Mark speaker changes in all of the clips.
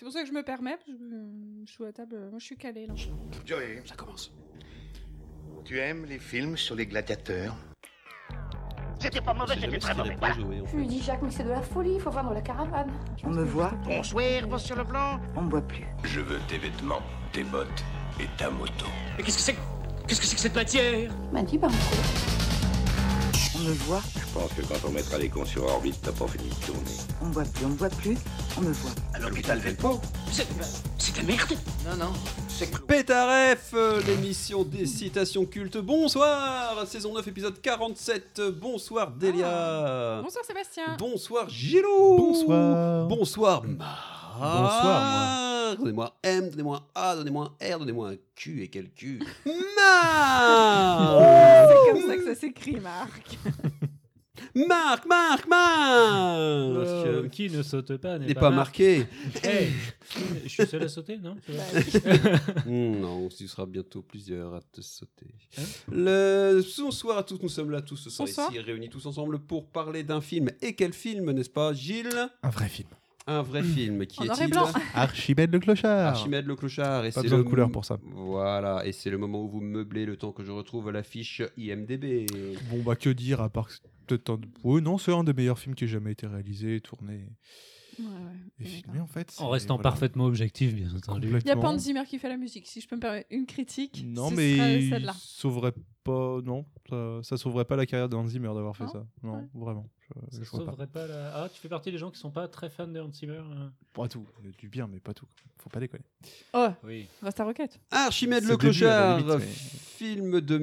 Speaker 1: C'est pour ça que je me permets, parce que euh, je suis à table. euh, Moi, je suis calée, là.
Speaker 2: Joey,
Speaker 3: Ça commence.
Speaker 2: tu aimes les films sur les gladiateurs
Speaker 4: C'était pas mauvais,
Speaker 3: Je sais
Speaker 4: c'était
Speaker 3: jamais
Speaker 4: très
Speaker 3: s'il
Speaker 4: mauvais.
Speaker 3: aime pas
Speaker 4: Voilà.
Speaker 3: jouer, en
Speaker 5: Je lui
Speaker 3: fait.
Speaker 5: dis, Jacques, mais c'est de la folie, il faut vendre la caravane.
Speaker 6: On me voit,
Speaker 4: Bonsoir, monsieur Leblanc.
Speaker 6: on me voit plus.
Speaker 7: Je veux tes vêtements, tes bottes et ta moto.
Speaker 8: Mais qu'est-ce que c'est que- Qu'est-ce que c'est que cette matière
Speaker 5: M'a dit, bah, on fait.
Speaker 6: On me voit,
Speaker 7: Je pense que quand on mettra les cons sur orbite, t'as pas fini de tourner.
Speaker 6: on me voit plus, on me voit plus, on me voit.
Speaker 7: À l'hôpital Velpo
Speaker 8: C'est c'est de la merde Non, non, c'est clos.
Speaker 3: PETAREF, euh, l'émission des citations cultes. Bonsoir, saison 9, épisode 47. Bonsoir Delia.
Speaker 1: Bonsoir, Sébastien.
Speaker 3: Bonsoir Giro.
Speaker 9: Bonsoir.
Speaker 3: Bonsoir Mar.
Speaker 9: Bonsoir,
Speaker 3: Donnez-moi un M, donnez-moi un A, donnez-moi un R, donnez-moi un Q et quel Q Mar
Speaker 1: Oh, C'est comme ça que ça s'écrit, Marc.
Speaker 3: Marc, Marc, Marc
Speaker 9: Euh, qui ne saute pas
Speaker 3: N'est pas marqué.
Speaker 9: Hey, je suis seul à sauter, non C'est vrai
Speaker 3: Hmm, non, il sera bientôt plusieurs à te sauter.
Speaker 9: Hein
Speaker 3: Le... Bonsoir à tous, nous sommes là tous ce soir
Speaker 1: Bonsoir.
Speaker 3: ici, réunis tous ensemble pour parler d'un film. Et quel film, n'est-ce pas, Gilles
Speaker 9: Un vrai film.
Speaker 3: Un vrai
Speaker 10: Hmm.
Speaker 3: film. Qui
Speaker 1: En noir et
Speaker 3: est-il
Speaker 1: blanc.
Speaker 9: Archimède le
Speaker 10: Ah.
Speaker 9: clochard.
Speaker 3: Archimède le clochard. Et
Speaker 9: Pas
Speaker 3: c'est
Speaker 9: besoin
Speaker 3: le
Speaker 9: de couleur
Speaker 3: m-
Speaker 9: pour ça.
Speaker 3: Voilà, et c'est le moment où vous meublez le temps que je retrouve l'affiche IMDB.
Speaker 10: Bon, bah, que dire, à part que c'est peut-être un... de- Oui, non, c'est un des meilleurs films qui ait jamais été réalisé, tourné
Speaker 1: Ouais, ouais.
Speaker 10: et
Speaker 1: D'accord.
Speaker 10: filmé, en fait.
Speaker 9: En
Speaker 10: C'est-
Speaker 9: restant
Speaker 10: voilà.
Speaker 9: parfaitement objectif, bien entendu.
Speaker 1: Il y a
Speaker 10: Complètement.
Speaker 1: Pan Zimmer qui fait la musique. Si je peux me permettre une critique,
Speaker 10: Non,
Speaker 1: ce
Speaker 10: mais
Speaker 1: serait
Speaker 10: il
Speaker 1: celle-là.
Speaker 10: sauverait pas... Non, ça, ça sauverait pas la carrière d'Hans Zimmer d'avoir fait
Speaker 1: Non
Speaker 10: ça. Non,
Speaker 1: Ouais.
Speaker 10: vraiment. Je,
Speaker 9: Ça
Speaker 10: je vois pas.
Speaker 9: sauverait pas la... Ah, tu fais partie des gens qui sont pas très fans de Hans Zimmer hein
Speaker 10: Pas tout. Euh, Du bien, mais pas tout. Faut pas déconner.
Speaker 1: Oh,
Speaker 9: Oui.
Speaker 1: Rasta Rocket.
Speaker 3: Archimède
Speaker 10: C'est
Speaker 3: le
Speaker 10: le début, à la
Speaker 3: clochard,
Speaker 10: limite, mais-
Speaker 3: film de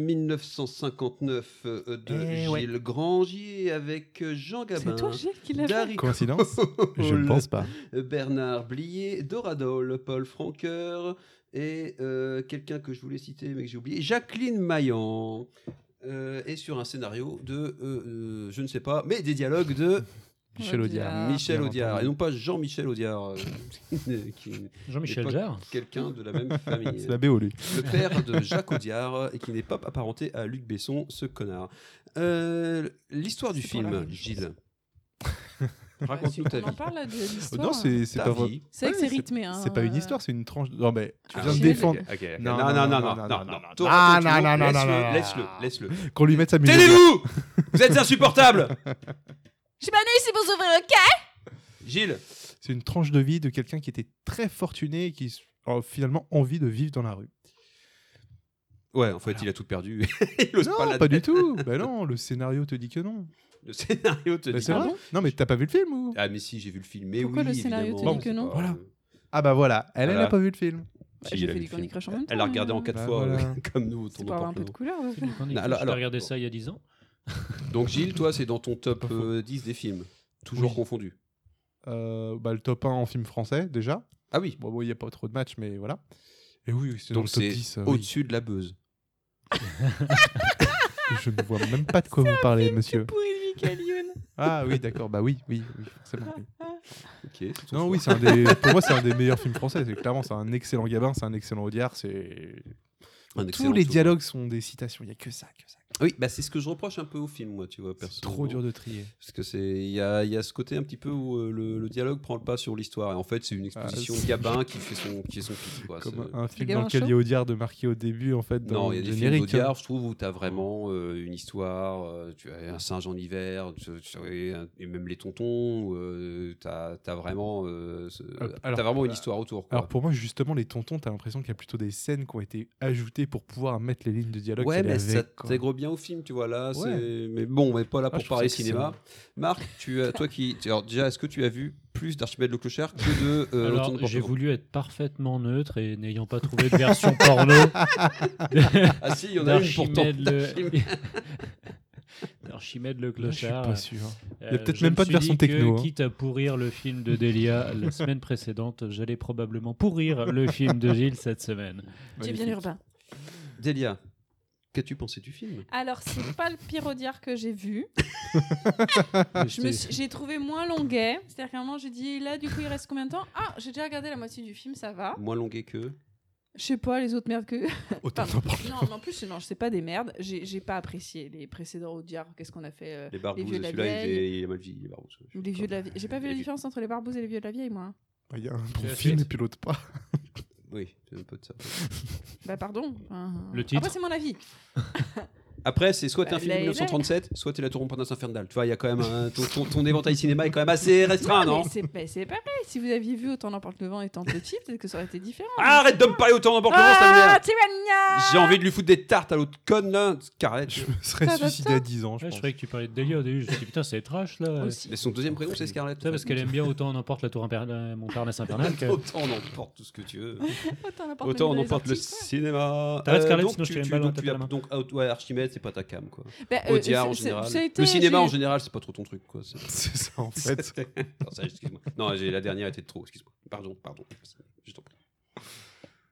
Speaker 3: 1959 euh, de
Speaker 10: Eh ouais.
Speaker 3: Gilles Grangier avec Jean Gabin.
Speaker 1: C'est toi, Gilles, qui l'a fait.
Speaker 3: Dari
Speaker 10: Coïncidence
Speaker 3: Cole,
Speaker 10: pas.
Speaker 3: Bernard Blier, Doradol, Paul Franqueur et euh, quelqu'un que je voulais citer mais que j'ai oublié, Jacqueline Maillan. Euh, et sur un scénario de, euh, euh, je ne sais pas, mais des dialogues de
Speaker 10: Michel
Speaker 1: Audiard.
Speaker 10: Audiard.
Speaker 1: Ah,
Speaker 3: Michel
Speaker 10: bien
Speaker 3: Audiard,
Speaker 10: entendu.
Speaker 3: et non pas Jean-Michel Audiard, euh, qui est
Speaker 9: Jean-Michel
Speaker 3: Époque-
Speaker 9: Jarre
Speaker 3: quelqu'un de la même famille. euh,
Speaker 10: C'est la BO, lui.
Speaker 3: le père de Jacques Audiard euh, et qui n'est pas apparenté à Luc Besson, ce connard. Euh, L'histoire du
Speaker 1: C'est pour la
Speaker 3: film,
Speaker 1: même
Speaker 3: Gilles.
Speaker 1: Ouais,
Speaker 3: Raconte-nous ta
Speaker 1: Bah, on en
Speaker 3: vie.
Speaker 1: parle là, de l'histoire.
Speaker 10: Oh, Non, c'est c'est
Speaker 3: Ta
Speaker 1: hein.
Speaker 10: pas vrai.
Speaker 3: vie.
Speaker 1: C'est vrai que c'est
Speaker 10: Ouais, c'est-
Speaker 1: rythmé. hein,
Speaker 10: C'est pas une
Speaker 1: euh,
Speaker 10: histoire, c'est une tranche. Non, mais tu
Speaker 3: Ah,
Speaker 10: viens de
Speaker 1: Gilles-
Speaker 10: défendre.
Speaker 3: Ok, ok. Non,
Speaker 10: Non,
Speaker 3: non, non, non, non, non, non. Toi,
Speaker 10: Ah,
Speaker 3: raconte-nous,
Speaker 10: non, non, non,
Speaker 3: laisse-le,
Speaker 10: non, non.
Speaker 3: Laisse-le, laisse-le.
Speaker 10: Qu'on lui mette sa musique.
Speaker 3: Taisez-vous Vous êtes insupportable
Speaker 1: Je suis pas venue ici pour ouvrir le cas.
Speaker 3: Gilles,
Speaker 10: C'est une tranche de vie de quelqu'un qui était très fortuné et qui s- a finalement envie de vivre dans la rue.
Speaker 3: ouais, en fait, il a tout perdu. il ose
Speaker 10: Non,
Speaker 3: pas
Speaker 10: pas,
Speaker 3: la
Speaker 10: du tout. bah non, le scénario te dit que non.
Speaker 3: Le scénario te
Speaker 10: Bah,
Speaker 3: dit.
Speaker 10: c'est vrai. Non, mais t'as pas vu le film ou
Speaker 3: Ah, mais si, j'ai vu le film. Mais
Speaker 1: Pourquoi
Speaker 3: oui,
Speaker 1: le scénario te
Speaker 3: évidemment.
Speaker 1: dit que non
Speaker 3: Pas-
Speaker 10: Voilà. Ah bah voilà, elle, elle
Speaker 3: Voilà.
Speaker 10: a pas vu le film.
Speaker 3: Si,
Speaker 1: J'ai
Speaker 3: elle
Speaker 1: fait
Speaker 3: Ah, a
Speaker 1: du
Speaker 3: vu le film.
Speaker 1: Candy Crush en même temps.
Speaker 3: Elle l'a regardé en
Speaker 1: mais, euh,
Speaker 3: quatre
Speaker 10: Bah,
Speaker 3: fois,
Speaker 10: voilà.
Speaker 3: comme nous. ton
Speaker 1: C'est pour avoir un peu
Speaker 3: porte-le-vent.
Speaker 1: de couleur. donc.
Speaker 9: J'ai
Speaker 3: alors- alors-
Speaker 9: regardé ça il y a 10 ans.
Speaker 3: Donc Gilles, toi, c'est dans ton top
Speaker 10: Pas faux.
Speaker 3: euh, 10 des films. Toujours
Speaker 10: Oui.
Speaker 3: confondu.
Speaker 10: Euh, bah, le top 1 en film français, déjà.
Speaker 3: Ah oui.
Speaker 10: Bon, il n'y a pas trop de matchs, mais voilà. Et oui, c'est dans
Speaker 3: Donc
Speaker 10: le top
Speaker 3: c'est
Speaker 10: 10. euh, oui.
Speaker 3: au-dessus de la buzz.
Speaker 10: Je ne vois même pas de quoi vous parlez, monsieur.
Speaker 1: Pourri de Michael Youn.
Speaker 10: Ah oui, d'accord, bah oui, oui, oui, forcément. oui.
Speaker 3: Ok. c'est ton
Speaker 10: Non,
Speaker 3: choix.
Speaker 10: oui, c'est un des, pour moi, c'est un des meilleurs films français. C'est clairement, c'est un excellent Gabin, c'est un excellent Audiard. C'est
Speaker 3: Un
Speaker 10: tous
Speaker 3: excellent
Speaker 10: les
Speaker 3: tour.
Speaker 10: dialogues sont des citations. Il y a que ça, que ça.
Speaker 3: Oui, bah c'est ce que je reproche un peu au film, moi, tu vois,
Speaker 10: C'est
Speaker 3: personnellement.
Speaker 10: trop dur de trier.
Speaker 3: Parce que c'est, il y a, il y a ce côté un petit peu où euh, le, le dialogue prend le pas sur l'histoire. Et en fait, c'est une exposition
Speaker 10: Ah,
Speaker 3: de
Speaker 10: c'est-
Speaker 3: Gabin qui fait son, qui est son fils. quoi.
Speaker 10: Comme
Speaker 3: Bah, C'est-
Speaker 10: un film
Speaker 1: Gabin
Speaker 10: dans lequel il y a Audiard de marqué au début, en fait. Dans
Speaker 3: Non, il y a
Speaker 10: le
Speaker 3: des films
Speaker 10: générique, hein.
Speaker 3: d'Audiard, je trouve, où tu as vraiment euh, une histoire. euh, tu as un singe en hiver, tu- tu- et, un- et même les tontons. tu as, vraiment, euh, ce-
Speaker 10: Hop,
Speaker 3: t'as
Speaker 10: alors- bah,
Speaker 3: vraiment une histoire autour. Quoi.
Speaker 10: Alors pour moi, justement, les tontons, t'as l'impression qu'il y a plutôt des scènes qui ont été ajoutées pour pouvoir mettre les lignes de dialogue.
Speaker 3: Ouais,
Speaker 10: qu'elle
Speaker 3: mais
Speaker 10: avait,
Speaker 3: ça
Speaker 10: quoi.
Speaker 3: t'intègre bien au film, tu vois. Là,
Speaker 10: Ouais.
Speaker 3: c'est- mais bon, on n'est pas là
Speaker 10: Ah,
Speaker 3: pour
Speaker 10: je trouve
Speaker 3: parler
Speaker 10: ça
Speaker 3: cinéma. Marc, tu as, toi qui, tu- alors déjà, est-ce que tu as vu plus d'Archimède le Clochard que de euh, L'Automne
Speaker 9: Alors,
Speaker 3: de
Speaker 9: j'ai
Speaker 3: Portugal
Speaker 9: voulu être parfaitement neutre et n'ayant pas trouvé de version porno.
Speaker 3: Ah si, il y en a une pourtant.
Speaker 9: d'Archimède le...
Speaker 3: Archimède.
Speaker 9: Archimède le
Speaker 10: Là, je suis
Speaker 9: clochard.
Speaker 10: pas sûr.
Speaker 9: Il
Speaker 10: y a peut-être même pas de version techno, hein.
Speaker 9: Quitte à pourrir le film de Delia la semaine précédente, j'allais probablement pourrir le film de Gilles cette semaine.
Speaker 1: Tu es bien urbain.
Speaker 3: Delia, qu'as-tu pensé du film
Speaker 1: Alors, c'est pas le pire Audiard que j'ai vu. Je me suis- J'ai trouvé moins longuet. C'est-à-dire qu'à un moment, j'ai dit là, du coup, il reste combien de temps Ah, j'ai déjà regardé la moitié du film, ça va.
Speaker 3: Moins longué que.
Speaker 1: Je sais pas, les autres merdes que.
Speaker 10: Autant
Speaker 1: Pardon.
Speaker 10: t'en parler.
Speaker 1: Non, mais en plus, non, je sais pas des merdes. J'ai j'ai pas apprécié les précédents Audiard. Qu'est-ce qu'on a fait euh,
Speaker 3: Les barbouzes,
Speaker 1: vieux de la
Speaker 3: celui-là, il
Speaker 1: vieille.
Speaker 3: est- il est mal vieilli, les barbouzes.
Speaker 1: Ou Les vieux de la vieille. J'ai pas vu
Speaker 3: Et
Speaker 1: la
Speaker 3: puis-
Speaker 1: différence entre les barbouzes et les vieux de la vieille, moi.
Speaker 10: Il y a un bon
Speaker 9: la
Speaker 10: film et
Speaker 9: suite.
Speaker 10: puis l'autre pas.
Speaker 3: Oui, c'est un peu de ça.
Speaker 1: Bah, pardon. Euh,
Speaker 9: Le titre.
Speaker 1: Après, c'est mon avis.
Speaker 3: Après, c'est soit t'es un
Speaker 1: Bah,
Speaker 3: film de
Speaker 1: Layla.
Speaker 3: 1937, soit t'es la tour Montparnasse infernale. Tu vois, il y a quand même un- ton, ton- ton éventail cinéma est quand même assez restreint, non
Speaker 1: mais c'est bah, c'est pareil. Si vous aviez vu Autant n'emporte le vent et tant petit, peut-être que ça aurait été différent.
Speaker 3: Arrête de me parler autant d'emportement, cette
Speaker 1: Ah,
Speaker 3: merde
Speaker 1: Tyrannus
Speaker 3: J'ai envie de lui foutre des tartes à l'autre conne là, Scarlett.
Speaker 10: Je me serais
Speaker 1: Ça va
Speaker 10: suicidé à 10 ans, je
Speaker 9: Ouais, je
Speaker 10: pense.
Speaker 9: croyais que tu parlais de Delia au début. Je me suis dit, putain, c'est trash là.
Speaker 1: Aussi.
Speaker 3: Mais son deuxième prénom, c'est Scarlett.
Speaker 9: Tu sais, parce qu'elle aime bien autant on emporte la tour imper- euh, Montparnasse infernale. que-
Speaker 3: Autant on emporte tout ce que tu veux.
Speaker 1: Autant n'importe
Speaker 3: Autant on
Speaker 1: quel
Speaker 3: emporte le
Speaker 1: artiste, quoi.
Speaker 3: cinéma. Euh,
Speaker 9: T'arrêtes, Scarlett,
Speaker 3: donc
Speaker 9: sinon je
Speaker 3: tu-
Speaker 9: te mets
Speaker 3: tu-
Speaker 9: une balle dans
Speaker 3: donc
Speaker 9: la
Speaker 3: tu
Speaker 9: tête à
Speaker 3: as-
Speaker 9: la main.
Speaker 3: Donc, out- ouais, Archimède, c'est pas ta cam, quoi.
Speaker 1: Bah, euh,
Speaker 3: Audiard, en
Speaker 1: c'est- c'est-
Speaker 3: général.
Speaker 1: ça a été-
Speaker 3: Le cinéma, en
Speaker 1: j'ai-
Speaker 3: général, c'est pas trop ton truc, quoi. C'est-
Speaker 10: C'est ça, en fait.
Speaker 3: non, ça, excuse-moi. Non, j'ai- la dernière était de trop, excuse-moi. Pardon, pardon. Je t'en prie.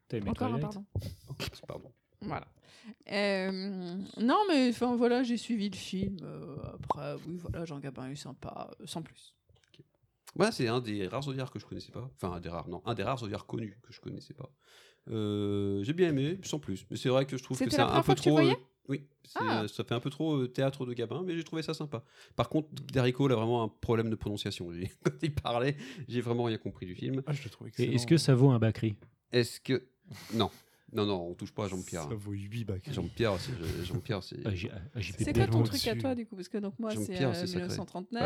Speaker 9: T'as aimé
Speaker 1: Encore un,
Speaker 9: Twilight
Speaker 1: pardon.
Speaker 3: Pardon.
Speaker 1: Voilà. Euh, non, mais enfin, voilà, j'ai suivi le film. euh, après, oui, voilà, Jean Gabin est sympa, euh, sans plus.
Speaker 3: Voilà, c'est un des rares Zodiacs que je connaissais pas. Enfin, un des rares, non, un des rares Zodiacs connus que je connaissais pas. Euh, j'ai bien aimé, sans plus. Mais c'est vrai que je trouve que
Speaker 1: C'était
Speaker 3: c'est
Speaker 1: la
Speaker 3: un
Speaker 1: première
Speaker 3: peu
Speaker 1: fois que tu
Speaker 3: trop.
Speaker 1: le voyais
Speaker 3: euh, oui, c'est,
Speaker 1: Ah.
Speaker 3: euh, ça fait un peu trop euh, théâtre de Gabin, mais j'ai trouvé ça sympa. Par contre, Darico a vraiment un problème de prononciation. J'ai- Quand il parlait, j'ai vraiment rien compris du film.
Speaker 10: Ah, je le trouve excellent.
Speaker 9: Et Est-ce que ça vaut un Bakri
Speaker 3: Est-ce que. Non, non, non, on touche pas à Jean-Pierre.
Speaker 10: Ça vaut 8 bacs.
Speaker 3: Jean-Pierre, c'est. Jean-Pierre, c'est.
Speaker 9: Ah, j'ai- ah, j'ai
Speaker 1: C'est
Speaker 9: pipé.
Speaker 1: quoi ton
Speaker 10: tellement
Speaker 1: truc à
Speaker 10: au-dessus.
Speaker 1: toi, du coup Parce que donc, moi, c'est
Speaker 3: Jean-Pierre,
Speaker 1: euh,
Speaker 3: c'est sacré. Bah,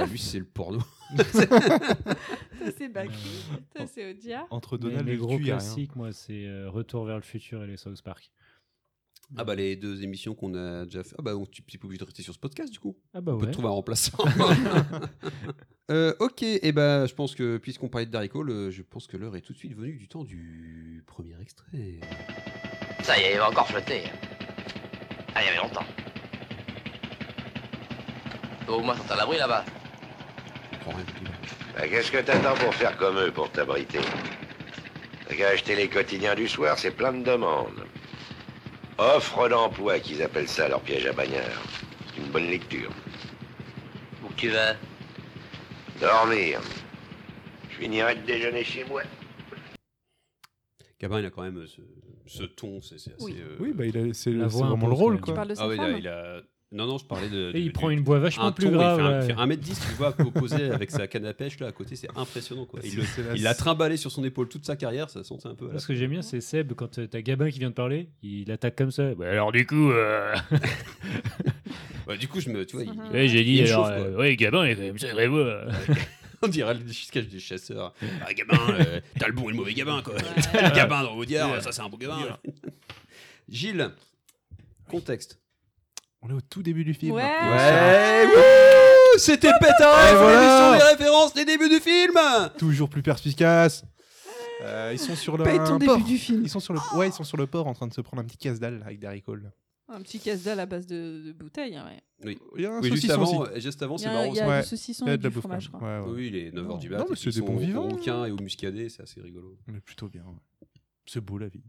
Speaker 1: 1939.
Speaker 3: lui, c'est le porno.
Speaker 1: Toi, c'est Bakri.
Speaker 10: Euh,
Speaker 1: Toi, c'est Audiard.
Speaker 10: Entre
Speaker 9: Mais
Speaker 10: Donald et
Speaker 9: les
Speaker 10: le
Speaker 9: gros
Speaker 10: cul, y a rien.
Speaker 9: classiques, moi, c'est euh, Retour vers le futur et les South Park.
Speaker 3: Ah, bah, les deux émissions qu'on a déjà fait. Ah, bah, on- tu es obligé de rester sur ce podcast, du coup.
Speaker 9: Ah bah
Speaker 3: On peut
Speaker 9: ouais.
Speaker 3: te trouver un remplaçant. Euh, ok, et ben je pense que puisqu'on parlait de Darico, le- je pense que l'heure est tout de suite venue du temps du premier extrait.
Speaker 4: Ça y est, il va encore flotter. Ah, il y avait longtemps. Au moins, sont à l'abri là-bas.
Speaker 3: Je comprends rien du tout.
Speaker 7: Bah, Qu'est-ce que t'attends pour faire comme eux, pour t'abriter T'as acheté les quotidiens du soir, c'est plein de demandes. Offre d'emploi, qu'ils appellent ça leur piège à bagnard. C'est une bonne lecture.
Speaker 4: Où tu vas
Speaker 7: Dormir. Je finirai de déjeuner chez moi.
Speaker 3: Gabin, il a quand même ce, ce ton, c'est c'est assez.
Speaker 1: Oui.
Speaker 3: euh,
Speaker 10: Oui, bah, il a- c'est
Speaker 9: La
Speaker 10: c'est
Speaker 9: voix
Speaker 10: vraiment le
Speaker 9: impose
Speaker 10: rôle,
Speaker 9: quand
Speaker 1: Tu
Speaker 10: quoi.
Speaker 1: parles de sa
Speaker 3: ah ouais, il
Speaker 1: femme
Speaker 3: a, il a- Non, non, je parlais de.
Speaker 9: Et
Speaker 3: du-
Speaker 9: il prend
Speaker 3: du-
Speaker 9: une bois
Speaker 3: un
Speaker 9: vachement plus
Speaker 3: ton,
Speaker 9: grave.
Speaker 3: il fait un,
Speaker 9: ouais.
Speaker 3: il fait 1m10, tu vois, posé avec sa canne à pêche là à côté, c'est impressionnant quoi. Il le-
Speaker 10: C'est la-
Speaker 3: il l'a trimballé sur son épaule toute sa carrière, ça sentait un peu. à la-
Speaker 9: Ce que j'aime bien, c'est Seb, quand euh, t'as Gabin qui vient de parler, il attaque comme ça. Bah alors du coup, euh,
Speaker 3: Ouais, du coup, je me, tu vois, il-
Speaker 1: Mhm.
Speaker 9: ouais, j'ai dit,
Speaker 3: Il
Speaker 9: alors,
Speaker 3: chauffe, quoi.
Speaker 9: euh, ouais, Gabin, il est quand même sacré voix.
Speaker 3: On dirait le sketch des chasseurs. Ah, Gabin, euh, t'as le bon et le mauvais Gabin, quoi.
Speaker 1: Ouais.
Speaker 3: Le Gabin dans Audiard,
Speaker 9: Ouais.
Speaker 3: ça c'est un bon Gabin. Gilles, contexte.
Speaker 10: On est au tout début du film.
Speaker 1: Ouais.
Speaker 3: Ouais, wouh, c'était pétard,
Speaker 10: Et voilà.
Speaker 3: l'émission des références, les débuts du film.
Speaker 10: Toujours plus perspicace. Euh, ils sont sur le
Speaker 1: Paye ton
Speaker 10: un
Speaker 1: début
Speaker 10: port.
Speaker 1: du film.
Speaker 10: Ils sont sur le ouais, ils sont sur le port en train de se prendre un petit casse dalle avec Darry Cole.
Speaker 1: Un petit casse dalle à base de, de bouteilles. hein, ouais.
Speaker 10: Il y a un
Speaker 3: Oui, juste
Speaker 10: saucisson
Speaker 3: avant,
Speaker 10: aussi.
Speaker 3: euh, juste avant,
Speaker 1: Il y
Speaker 3: c'est
Speaker 1: a,
Speaker 3: marrant.
Speaker 1: il y a
Speaker 10: ça. Ouais.
Speaker 1: du saucisson
Speaker 10: Il y a
Speaker 1: et
Speaker 10: de
Speaker 1: du
Speaker 10: la bouffe.
Speaker 1: fromage, je
Speaker 10: quand
Speaker 1: crois.
Speaker 10: même. Ouais, ouais.
Speaker 3: Oui, il est 9h du
Speaker 10: Non,
Speaker 3: mat.
Speaker 10: mais
Speaker 3: et puis
Speaker 10: c'est des
Speaker 3: ils
Speaker 10: bons
Speaker 3: sont
Speaker 10: vivants.
Speaker 3: au ronquin et au muscadet, c'est assez rigolo.
Speaker 10: On est plutôt bien. ouais. C'est beau la vie.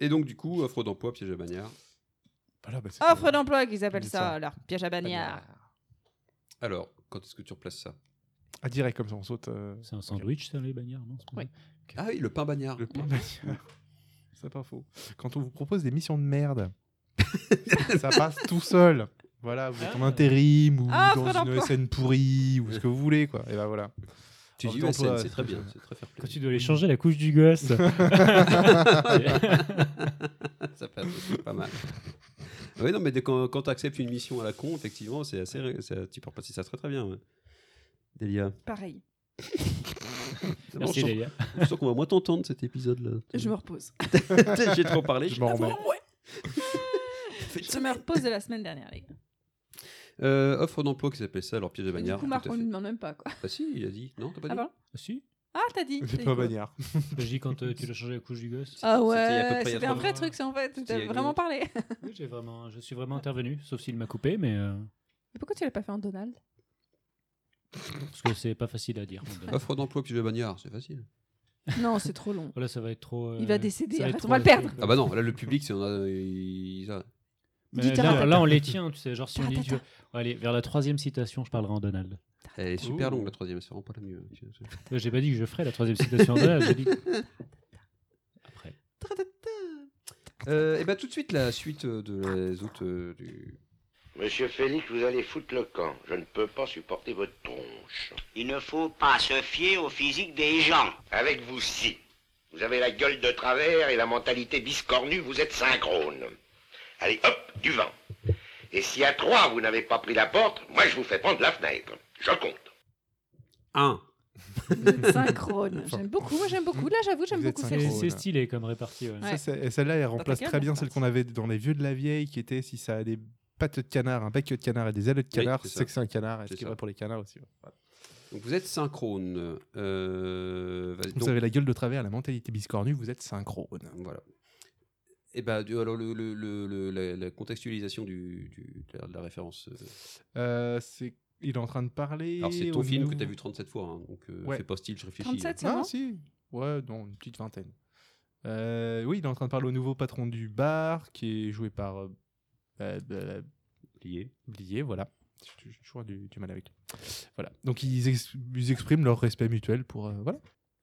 Speaker 3: Et donc, du coup, offre d'emploi, piège à bagnard.
Speaker 10: Voilà, bah, c'est-
Speaker 1: Offre d'emploi qu'ils appellent
Speaker 10: C'est
Speaker 1: ça,
Speaker 10: ça.
Speaker 1: leur piège à bagnard.
Speaker 3: Alors, quand est-ce que tu replaces ça
Speaker 10: Ah, direct comme ça, on saute. euh,
Speaker 9: C'est un sandwich, ça, les bagnards, non c'est pas
Speaker 1: Oui.
Speaker 9: vrai
Speaker 3: Ah oui, le pain bagnard.
Speaker 10: le pain bagnard. C'est pas faux. Quand on vous propose des missions de merde, ça passe tout seul. Voilà, vous êtes en intérim ou
Speaker 1: Ah,
Speaker 10: dans
Speaker 1: Fred
Speaker 10: une
Speaker 1: Emploi.
Speaker 10: scène pourrie ou ce que vous voulez, quoi. Et ben voilà.
Speaker 3: Tu dis
Speaker 10: Offre d'emploi,
Speaker 3: USN, c'est très
Speaker 10: c'est-
Speaker 3: bien, c'est très fair play.
Speaker 9: Quand tu dois aller changer la couche du gosse.
Speaker 3: ça passe aussi pas mal. Ah Oui, non, mais dès quand, tu acceptes une mission à la con, effectivement, c'est assez, ré- c'est- tu peux repasser ça très très bien. ouais. Delia.
Speaker 1: Pareil.
Speaker 3: je
Speaker 9: Merci,
Speaker 3: sens-
Speaker 9: Delia.
Speaker 3: je sens qu'on va moins t'entendre cet épisode-là.
Speaker 1: Je me repose.
Speaker 3: J'ai trop parlé.
Speaker 10: Je m'en remets.
Speaker 1: Je me repose de la semaine dernière, les gars.
Speaker 3: Euh, offre d'emploi qui s'appelle ça, leur piège de
Speaker 1: Et Du
Speaker 3: bagnard.
Speaker 1: coup,
Speaker 3: tout
Speaker 1: Marc,
Speaker 3: à
Speaker 1: on ne
Speaker 3: fait.
Speaker 1: lui demande même pas, quoi.
Speaker 3: Ah si, il a dit. Non, t'as pas
Speaker 1: Ah,
Speaker 3: dit
Speaker 1: pardon
Speaker 9: Si
Speaker 1: Ah, t'as dit.
Speaker 10: Les
Speaker 1: t'as dit
Speaker 10: pains
Speaker 1: quoi
Speaker 10: bagnards.
Speaker 9: Je dis quand euh, tu dois changer la couche du gosse.
Speaker 1: Ah
Speaker 3: C'était il y a à peu
Speaker 1: ouais,
Speaker 3: près il
Speaker 1: c'était
Speaker 3: y a
Speaker 1: un
Speaker 3: trois
Speaker 1: vrai
Speaker 9: mois.
Speaker 1: truc, c'est en fait.
Speaker 3: C'était il y
Speaker 1: T'as
Speaker 3: a
Speaker 1: vraiment
Speaker 3: une-
Speaker 1: parlé.
Speaker 9: Oui, j'ai vraiment, je suis vraiment intervenu, sauf s'il m'a coupé, mais euh,
Speaker 1: Mais pourquoi tu l'as pas fait en Donald
Speaker 9: parce que c'est pas facile à dire.
Speaker 3: Offre d'emploi piège de bagnard, c'est facile.
Speaker 1: Non, c'est trop long.
Speaker 9: Voilà, ça va être trop.
Speaker 1: Il
Speaker 9: euh,
Speaker 1: va décéder,
Speaker 9: ça
Speaker 1: arrête,
Speaker 9: être
Speaker 1: on va le
Speaker 9: trop-
Speaker 1: perdre.
Speaker 3: Ah bah non, là le public, c'est on a, il- ça-
Speaker 9: Mais
Speaker 1: Du
Speaker 9: là,
Speaker 1: tarata.
Speaker 9: là, on les tient, tu sais. Genre, si on dit.
Speaker 1: Tarata.
Speaker 9: tu- Allez, vers la troisième citation, je parlerai en Donald.
Speaker 3: elle est super
Speaker 10: Ouh.
Speaker 3: longue la troisième, c'est vraiment pas la mieux.
Speaker 9: Là, J'ai pas dit que je ferais la troisième citation en Donald, j'ai dit. Après.
Speaker 3: eh ben, Euh, et bah tout de suite la suite euh, de les autres euh, du
Speaker 7: Monsieur Félix, vous allez foutre le camp. Je ne peux pas supporter votre tronche.
Speaker 11: Il ne faut pas se fier au physique des gens.
Speaker 7: Avec vous, si. Vous avez la gueule de travers et la mentalité biscornue, vous êtes synchrone. Allez, hop, du vent. Et si à trois, vous n'avez pas pris la porte, moi, je vous fais prendre la fenêtre. Je compte.
Speaker 3: Un.
Speaker 1: Synchrone. J'aime beaucoup, moi j'aime beaucoup. Là, j'avoue, j'aime
Speaker 10: Vous êtes
Speaker 1: beaucoup
Speaker 10: synchrone.
Speaker 1: celle-ci.
Speaker 9: C'est stylé comme répartie. ouais.
Speaker 10: Ça, c'est- et Celle-là, elle remplace
Speaker 1: calme,
Speaker 10: très bien
Speaker 1: on
Speaker 10: celle qu'on avait dans les vieux de la vieille, qui était si ça a des pattes de canard, un bec de canard et des ailes de canard,
Speaker 3: c'est ça.
Speaker 10: c'est que c'est un canard. Et
Speaker 3: C'est
Speaker 10: ce qui est
Speaker 3: ça.
Speaker 10: vrai pour les canards aussi. ouais.
Speaker 3: Donc vous êtes synchrone. Euh, vas-y,
Speaker 10: Vous
Speaker 3: donc-
Speaker 10: avez la gueule de travers, la mentalité biscornue, vous êtes synchrone.
Speaker 3: Voilà. Et ben, du- alors le, le- le- le- la, la contextualisation du, du- de, la, de la référence. euh,
Speaker 10: Euh, c'est- Il est en train de parler.
Speaker 3: alors c'est ton
Speaker 10: au
Speaker 3: film que
Speaker 10: nouveau-
Speaker 3: tu as vu 37 fois, hein, donc euh,
Speaker 10: Ouais.
Speaker 3: fais pas style, je réfléchis.
Speaker 1: 37, ça
Speaker 10: Ah,
Speaker 1: va
Speaker 10: si. Ouais, non, une petite vingtaine. Euh, oui, il est en train de parler au nouveau patron du bar, qui est joué par. euh, euh, euh,
Speaker 3: Oublié.
Speaker 10: Blié, voilà. J'ai j'ai toujours du, du mal avec lui. Voilà. Donc ils, ex- ils expriment leur respect mutuel pour. euh, voilà.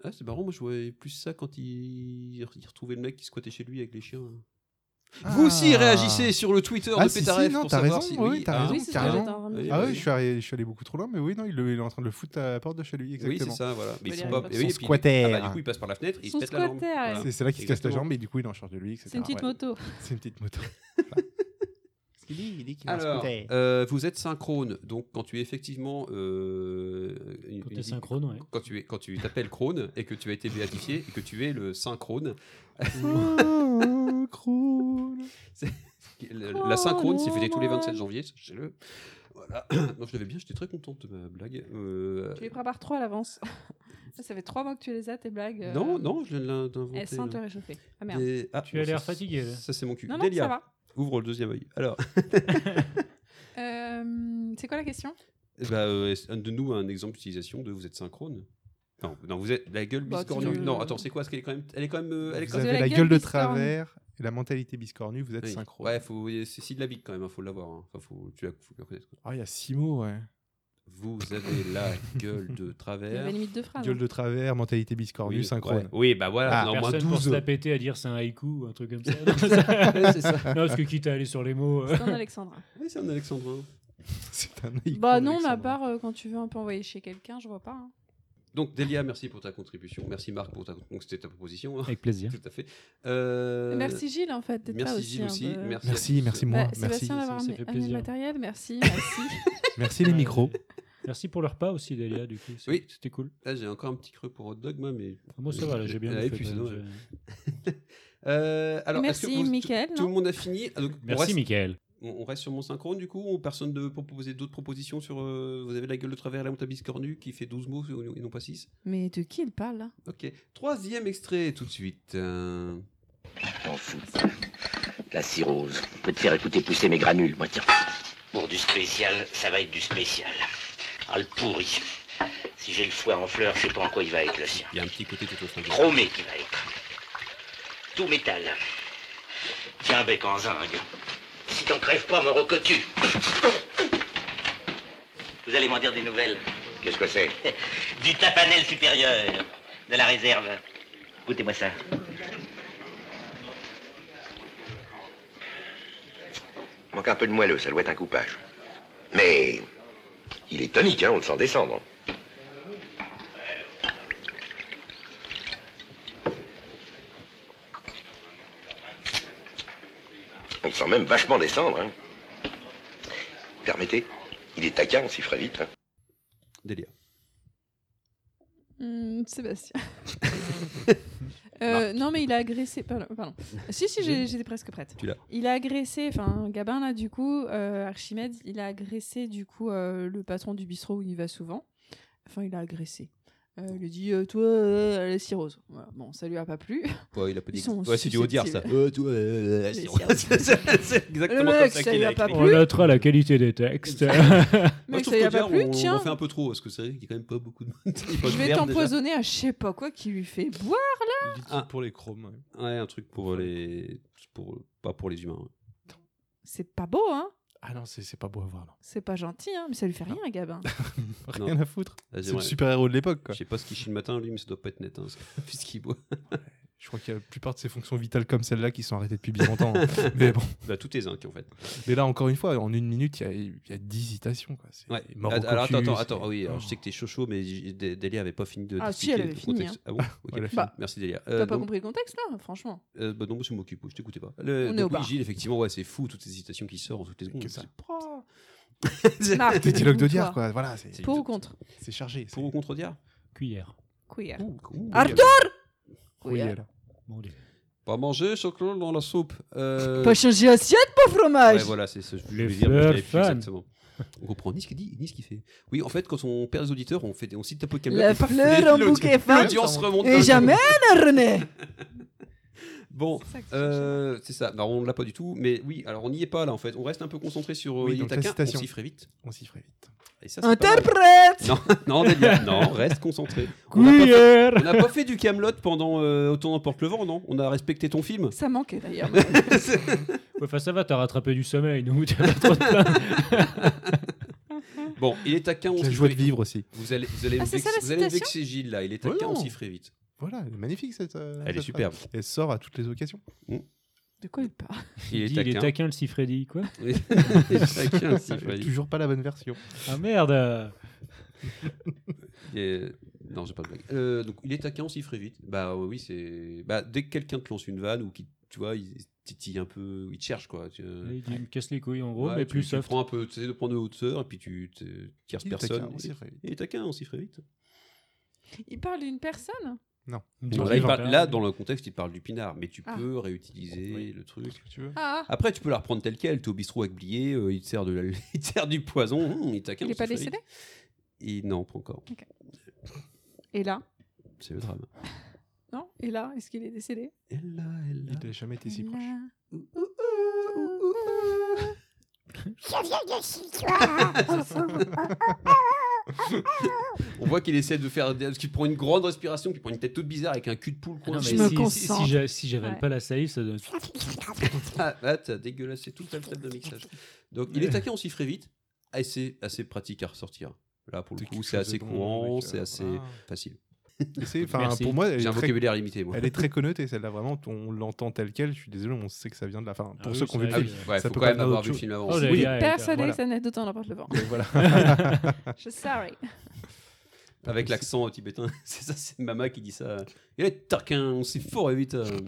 Speaker 3: Ah, c'est marrant, moi je voyais plus ça quand il, il retrouvait le mec qui squattait chez lui avec les chiens. Vous aussi
Speaker 10: Ah.
Speaker 3: réagissez sur le Twitter
Speaker 10: Ah,
Speaker 3: de
Speaker 10: si,
Speaker 3: Pétaref
Speaker 10: si, non,
Speaker 3: pour
Speaker 10: t'as
Speaker 3: savoir
Speaker 10: raison,
Speaker 3: si.
Speaker 10: oui, t'as raison,
Speaker 1: Oui, c'est ce que
Speaker 10: carrément.
Speaker 1: j'étais en train de
Speaker 3: Oui,
Speaker 1: dire.
Speaker 10: Ah
Speaker 3: bah
Speaker 10: ouais, je suis, allé, je suis allé beaucoup trop loin, mais oui, non, il, le- il est en train de le foutre à la porte de chez lui,
Speaker 3: Oui, c'est
Speaker 10: exactement.
Speaker 3: ça, voilà. Mais
Speaker 1: Faut
Speaker 3: ils
Speaker 1: dire
Speaker 3: sont pas.
Speaker 1: une
Speaker 3: et
Speaker 10: Son
Speaker 3: oui, et puis-
Speaker 10: squatter.
Speaker 3: ah bah, du coup, il passe par la fenêtre, il se
Speaker 1: Son
Speaker 3: pète la jambe.
Speaker 1: squatter,
Speaker 3: Voilà.
Speaker 10: C'est c'est là qu'il se casse la
Speaker 3: Exactement.
Speaker 10: jambe, et du coup, il en charge de lui, etc.
Speaker 3: Ah
Speaker 1: C'est une petite
Speaker 10: Ouais.
Speaker 1: moto.
Speaker 10: C'est une petite moto. Parce qu'il dit, il dit qu'il
Speaker 3: Alors, euh, vous êtes synchrone, donc quand tu es effectivement. euh, une-
Speaker 9: Quand
Speaker 3: une-
Speaker 9: t'es synchrone, ouais.
Speaker 3: Quand tu es, quand tu t'appelles Crone et que tu as été béatifié et que tu es le saint Crone, la, la saint Crone, c'est fêté tous les 27 janvier, sachez-le. Voilà. Non, je l'avais bien, j'étais très contente de ma blague. Euh,
Speaker 1: Tu les prépares trois à l'avance. Ça, ça fait trois mois que tu les as, tes blagues. euh,
Speaker 3: non, non, je l'ai inventé.
Speaker 1: Elles sentent le réchauffer. Ah merde.
Speaker 3: Des- ah,
Speaker 9: Tu as
Speaker 3: non,
Speaker 9: l'air
Speaker 3: ça-
Speaker 9: fatigué, là.
Speaker 3: Ça, c'est mon cul.
Speaker 1: Non, non,
Speaker 3: Delia,
Speaker 1: ça va.
Speaker 3: ouvre le deuxième œil. Alors,
Speaker 1: Euh, c'est quoi la question
Speaker 3: eh ben, euh, est-ce- donne-nous un exemple d'utilisation de vous êtes synchrone. Non, non, vous êtes la gueule
Speaker 1: Bah,
Speaker 3: biscornue.
Speaker 1: tu-
Speaker 3: Non, attends, c'est quoi Est-ce qu'elle est quand même, elle est quand même, euh, elle est
Speaker 10: Vous
Speaker 3: quand
Speaker 10: avez
Speaker 3: même.
Speaker 10: la, gueule, de travers et la mentalité biscornue, vous êtes
Speaker 3: Oui.
Speaker 10: synchro.
Speaker 3: Ouais, faut, c'est syllabique quand même, hein, faut l'avoir. hein. Enfin, faut, tu la- faut la connaître.
Speaker 10: Ah, il y a six mots, ouais.
Speaker 3: Vous avez la gueule de
Speaker 1: Il y
Speaker 3: travers.
Speaker 1: avait limite deux phrases. hein.
Speaker 10: Gueule de travers, mentalité biscornue, synchrone.
Speaker 3: ouais. Oui, bah voilà, on en
Speaker 10: Ah,
Speaker 3: a au moins
Speaker 9: Personne pour
Speaker 3: 12.
Speaker 9: se la péter à dire c'est un haïku ou un truc comme ça. Non, ça-
Speaker 3: Ouais, c'est ça.
Speaker 9: non, parce que quitte à aller sur les mots. euh,
Speaker 1: C'est un Alexandra.
Speaker 3: Ouais, c'est un hein. alexandrin.
Speaker 10: C'est un icône,
Speaker 1: Bah non, mais à
Speaker 10: Alexandre.
Speaker 1: part euh, quand tu veux un peu envoyer chez quelqu'un, je vois pas. hein.
Speaker 3: Donc, Delia, merci pour ta contribution. Merci, Marc, pour ta. Donc, c'était ta proposition. hein.
Speaker 9: Avec plaisir.
Speaker 3: Tout à fait. Euh,
Speaker 1: Merci Gilles en fait d'être là
Speaker 3: Merci
Speaker 1: aussi.
Speaker 3: Gilles
Speaker 1: un
Speaker 3: aussi.
Speaker 1: peu.
Speaker 3: Merci, à
Speaker 10: Merci,
Speaker 3: tous.
Speaker 10: merci
Speaker 1: Bah,
Speaker 10: moi. merci,
Speaker 1: Sébastien d'avoir
Speaker 9: ça
Speaker 1: amené,
Speaker 9: fait
Speaker 1: amené le
Speaker 9: plaisir.
Speaker 1: matériel, merci, merci.
Speaker 10: merci les
Speaker 9: Ouais.
Speaker 10: micros.
Speaker 9: Merci pour le repas aussi, Delia, du coup. c'est-
Speaker 3: Oui.
Speaker 9: C'était cool.
Speaker 3: Là, j'ai encore un petit creux pour hot dog, moi, mais.
Speaker 9: Enfin, moi, ça va, là, j'ai bien
Speaker 3: Ah,
Speaker 9: bouffé,
Speaker 3: et puis,
Speaker 9: quand
Speaker 3: sinon,
Speaker 9: même,
Speaker 3: euh,
Speaker 9: j'ai-
Speaker 3: Euh, alors, est-ce que
Speaker 1: merci
Speaker 3: vous-
Speaker 1: Mickaël.
Speaker 3: Tout le
Speaker 1: non
Speaker 3: monde a fini. Ah, donc, on,
Speaker 9: Merci,
Speaker 3: reste,
Speaker 9: Michael.
Speaker 3: on on reste sur mon synchrone, du coup ou Personne ne peut proposer d'autres propositions sur. euh, vous avez la gueule de travers, la montabis cornue qui fait 12 mots et non pas 6
Speaker 1: Mais de qui il parle là
Speaker 3: Ok. Troisième extrait, tout de suite. Euh,
Speaker 4: T'en fous. La cirrhose. Je peux te faire écouter pousser mes granules, moi, tiens. Pour du spécial, ça va être du spécial. Ah, le pourri. Si j'ai le foie en fleurs, je sais pas en quoi il va être, le sien.
Speaker 3: Il y a un petit côté tout au fond.
Speaker 4: Chromé qui va être. Tout métal. Tiens, bec en zinc. Si t'en crèves pas, me recotu. Vous allez m'en dire des nouvelles.
Speaker 7: Qu'est-ce que c'est
Speaker 4: Du tapanel supérieur. De la réserve. Goûtez-moi ça.
Speaker 7: Manque un peu de moelleux, ça doit être un coupage. Mais il est tonique, hein, on le sent descendre. On le sent même vachement descendre. Hein. Permettez, il est taquin, on s'y ferait vite. hein.
Speaker 3: Délire.
Speaker 1: Hmm, Sébastien. Euh, non mais il a agressé. Pardon. pardon. Si si, j'ai- j'étais presque prête.
Speaker 3: Tu l'as.
Speaker 1: Il a agressé, enfin Gabin là du coup, euh, Archimède, il a agressé du coup euh, le patron du bistrot où il va souvent. Enfin il a agressé. Euh, il lui dit euh, toi euh, la cirrhose. Voilà. Bon ça lui a pas plu.
Speaker 3: Ouais, il a pas
Speaker 1: Ils
Speaker 3: dit.
Speaker 1: sont
Speaker 3: Ouais, c'est du haut dire ça.
Speaker 1: susceptibles.
Speaker 3: Euh, toi, euh, la
Speaker 1: Les
Speaker 3: sirop. c'est c'est exactement
Speaker 1: Le mec,
Speaker 3: comme ça
Speaker 1: ça
Speaker 3: qu'il
Speaker 1: lui
Speaker 3: a
Speaker 1: a pas
Speaker 3: écrit.
Speaker 1: plu.
Speaker 9: On notera la qualité des textes.
Speaker 3: Moi,
Speaker 1: Mais
Speaker 3: je
Speaker 1: ça
Speaker 3: trouve
Speaker 1: lui
Speaker 3: qu'au
Speaker 1: a pas
Speaker 3: Gard,
Speaker 1: plu.
Speaker 3: on- On en
Speaker 1: Tiens,
Speaker 3: fait un peu trop, parce que c'est vrai qu'il y a quand même pas beaucoup de.
Speaker 1: je vais t'empoisonner à je sais pas quoi qui lui fait boire.
Speaker 10: Liquide
Speaker 3: Ah.
Speaker 10: pour les chromes. ouais.
Speaker 3: Ouais, un truc pour les. Pour... Pas pour les humains.
Speaker 1: C'est pas beau hein.
Speaker 10: Ah non, c'est c'est pas beau à voir. non.
Speaker 1: C'est pas gentil hein, mais ça lui fait
Speaker 3: Ah.
Speaker 1: rien Gabin.
Speaker 10: Rien
Speaker 3: Non.
Speaker 10: à foutre.
Speaker 3: Vas-y,
Speaker 10: C'est le
Speaker 3: ouais.
Speaker 10: super héros de l'époque.
Speaker 3: Je
Speaker 10: Quoi.
Speaker 3: sais pas ce qu'il chie le matin, lui, mais ça doit pas être net, hein, parce que- puisqu'il boit.
Speaker 10: Je crois qu'il y a la plupart de ces fonctions vitales comme celle-là qui sont arrêtées depuis bien longtemps. hein. Mais bon.
Speaker 3: Bah, tout est zinc en fait.
Speaker 10: Mais là, encore une fois, en une minute, il y a- il y, a 10 citations. Quoi. C'est
Speaker 3: Ouais.
Speaker 10: mort au
Speaker 3: Att- alors attends,
Speaker 10: caucus,
Speaker 3: attends,
Speaker 10: c'est-
Speaker 3: attends. Oui, alors,
Speaker 10: Oh.
Speaker 3: je sais que t'es chaud chaud, mais j- Dé- Delia avait pas fini de.
Speaker 1: Ah, si,
Speaker 3: d'expliquer
Speaker 1: elle avait
Speaker 3: le
Speaker 1: fini,
Speaker 3: contexte.
Speaker 1: hein.
Speaker 3: Ah bon Ok.
Speaker 1: Elle a fini. Bah,
Speaker 3: Merci Delia.
Speaker 1: T'as
Speaker 3: Euh,
Speaker 1: pas
Speaker 3: donc-
Speaker 1: compris le contexte là, franchement.
Speaker 3: euh, bah non, je m'occupe, je t'écoutais pas. Le,
Speaker 1: On est
Speaker 3: donc
Speaker 1: au
Speaker 3: oui,
Speaker 1: bar.
Speaker 3: Gilles, effectivement, ouais, c'est fou toutes ces citations qui sortent en toutes les secondes. C'est
Speaker 1: Marc,
Speaker 10: Des dialogues Oh. de
Speaker 1: écoute-toi.
Speaker 10: diard, quoi. Voilà, c'est
Speaker 1: Pour ou contre
Speaker 10: c'est chargé.
Speaker 3: Pour ou contre Diard
Speaker 9: Cuillère.
Speaker 1: Queer.
Speaker 3: Arthur
Speaker 1: Queer.
Speaker 3: Pas manger chocolat dans la soupe. euh,
Speaker 1: Pas changer assiette, pas fromage
Speaker 3: Ouais, voilà, c'est ce que je
Speaker 9: Les
Speaker 3: voulais dire. mais je l'avais plus
Speaker 9: fleurs fans.
Speaker 3: exactement. On comprend ni ce qu'il dit, ni ce qu'il fait. Oui, en fait, quand on perd les auditeurs, on, fait, des- on cite un peu de
Speaker 1: La fleur en bouquet fin.
Speaker 3: L'audience remonte.
Speaker 1: Et jamais René
Speaker 3: Bon, euh, c'est ça. Bah, on ne l'a pas du tout, mais oui, alors on n'y est pas là en fait. On reste un peu concentré sur euh,
Speaker 10: Oui,
Speaker 3: les
Speaker 10: donc la
Speaker 3: taquins,
Speaker 10: citation.
Speaker 3: On siffle vite.
Speaker 10: On siffle vite.
Speaker 3: Et ça, c'est pas mal.
Speaker 1: Interprète
Speaker 3: Non, non, Delia, non, reste concentré. On n'a pas fait-
Speaker 9: Cuillère.
Speaker 3: on n'a pas, fait du Camelot pendant euh, Autant n'emporte le vent, non On a respecté ton film.
Speaker 1: Ça manquait d'ailleurs.
Speaker 9: Ouais, Enfin, ça va, t'as rattrapé du sommeil, nous, t'as pas trop de plaintes.
Speaker 3: Bon, il est taquin, on
Speaker 10: La
Speaker 3: siffle
Speaker 10: joie de
Speaker 3: vite.
Speaker 10: vivre aussi.
Speaker 3: Vous allez, vous allez,
Speaker 1: Ah,
Speaker 3: me,
Speaker 1: c'est ça,
Speaker 3: vexer-
Speaker 1: la
Speaker 3: vous allez me
Speaker 1: citation
Speaker 3: vexer Gilles là, il est
Speaker 10: Ouais,
Speaker 3: taquin, on
Speaker 10: non.
Speaker 3: siffle vite.
Speaker 10: Voilà, elle est magnifique cette. euh,
Speaker 3: Elle est
Speaker 10: cette
Speaker 3: superbe.
Speaker 10: phrase. Elle sort à toutes les occasions.
Speaker 1: De quoi il parle
Speaker 3: Il est
Speaker 9: dit, il est
Speaker 3: taquin.
Speaker 9: taquin le Sifredi, quoi.
Speaker 3: Il est taquin, le siffle vite.
Speaker 10: Toujours pas la bonne version.
Speaker 9: Ah
Speaker 3: Euh,
Speaker 9: merde
Speaker 3: Et- Non, j'ai pas de blague. Euh, donc, il est taquin, on siffle vite. Bah euh, oui, c'est. Bah, dès que quelqu'un te lance une vanne ou qui, tu vois, il titille un peu, il te cherche quoi. Tu-
Speaker 9: Il dit, il me casse les couilles en gros,
Speaker 3: Ouais,
Speaker 9: mais
Speaker 3: tu-
Speaker 9: plus
Speaker 3: tu
Speaker 9: soft.
Speaker 3: prends un peu, tu essaies de prendre de hauteur et puis tu te- tires
Speaker 10: Il est
Speaker 3: personne.
Speaker 10: taquin, on siffle vite.
Speaker 3: Il est taquin, on siffle vite.
Speaker 1: Il parle d'une personne
Speaker 10: Non.
Speaker 9: Du
Speaker 3: Bon, là, il
Speaker 9: vivant.
Speaker 3: parle- bah, là, dans le contexte, il parle du pinard, mais tu
Speaker 1: Ah.
Speaker 3: peux réutiliser le truc.
Speaker 10: Tu veux
Speaker 1: Ah
Speaker 3: Après, tu peux la reprendre telle quelle. T'es au bistrot avec Blié, euh, il, te sert de la- il te sert du poison. hum, il est taquin,
Speaker 1: Il
Speaker 3: on
Speaker 1: est pas
Speaker 3: siffle vite.
Speaker 1: décédé
Speaker 3: Et non, pas encore.
Speaker 1: Et là
Speaker 3: C'est le drame.
Speaker 1: Non Et là Est-ce qu'il est décédé
Speaker 3: Elle là, elle
Speaker 10: Il n'a jamais été si proche.
Speaker 1: Là.
Speaker 3: On voit qu'il essaie de faire. Parce qu'il prend une grande respiration, qu'il prend une tête toute bizarre avec un cul de poule.
Speaker 9: Ah non,
Speaker 3: coincé.
Speaker 9: mais
Speaker 1: Je me
Speaker 9: si, si,
Speaker 1: concentre.
Speaker 9: si j'a- si j'avale
Speaker 1: Ouais.
Speaker 9: pas la salive, ça donne.
Speaker 3: Ah, ah, t'as dégueulasse, c'est tout le step de mixage. Donc, il est taquin, on siffle vite. Ah, et c'est assez pratique à ressortir. Là, pour le
Speaker 10: C'est
Speaker 3: coup,
Speaker 10: quelque
Speaker 3: c'est
Speaker 10: chose
Speaker 3: assez
Speaker 10: de bon
Speaker 3: courant,
Speaker 10: avec, euh,
Speaker 3: c'est assez
Speaker 10: voilà.
Speaker 3: facile.
Speaker 10: Et c'est- enfin,
Speaker 9: Merci.
Speaker 10: pour moi, elle
Speaker 3: Ah. J'ai
Speaker 10: est,
Speaker 3: un
Speaker 10: très,
Speaker 3: vocabulaire limité, moi.
Speaker 10: elle est très connotée, celle-là. Vraiment, on l'entend telle quelle. Je suis désolé, on sait que ça vient de la fin.
Speaker 9: Ah
Speaker 10: Pour
Speaker 9: oui,
Speaker 10: ceux qui ont
Speaker 9: c'est
Speaker 10: vu le
Speaker 3: Ah
Speaker 9: vrai
Speaker 10: film.
Speaker 3: oui,
Speaker 9: film.
Speaker 3: ouais,
Speaker 10: Ça
Speaker 3: faut
Speaker 10: peut
Speaker 3: quand
Speaker 10: pas
Speaker 3: même
Speaker 10: être
Speaker 3: avoir
Speaker 10: autre
Speaker 3: vu le
Speaker 10: chose.
Speaker 3: film avant.
Speaker 9: Oh,
Speaker 3: Oui.
Speaker 9: les gars,
Speaker 1: Personne
Speaker 10: voilà.
Speaker 1: que ça n'est d'autant n'importe le vent.
Speaker 10: Mais voilà.
Speaker 1: Je suis sorry.
Speaker 3: Avec l'accent euh, tibétain. C'est ça, c'est Mama qui dit ça. Il est taquin, on siffle fort et vite. euh.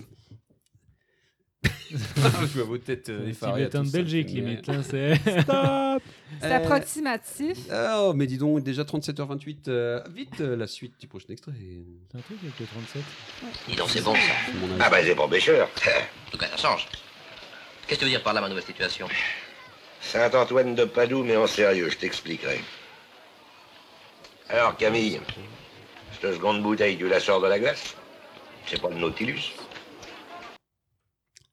Speaker 3: Je vois vos têtes euh,
Speaker 9: Les
Speaker 3: effarées. à
Speaker 9: Tibétains
Speaker 3: tous,
Speaker 9: de
Speaker 3: ça.
Speaker 9: Belgique, les
Speaker 3: Mais-
Speaker 9: mecs. hein, c'est-
Speaker 1: C'est
Speaker 3: Euh,
Speaker 1: approximatif.
Speaker 3: Oh, mais dis donc, déjà 37h28. euh, vite, euh, la suite du prochain extrait.
Speaker 9: C'est un truc avec le 37.
Speaker 4: Dis donc, c'est bon ça.
Speaker 3: C'est mon avis.
Speaker 7: Ah bah c'est pour pêcheur.
Speaker 4: En tout cas, ça change. Qu'est-ce que tu veux dire par là, ma nouvelle situation
Speaker 7: Saint-Antoine de Padoue, mais en sérieux, je t'expliquerai. Alors Camille, cette seconde bouteille, tu la sors de la glace C'est pas le Nautilus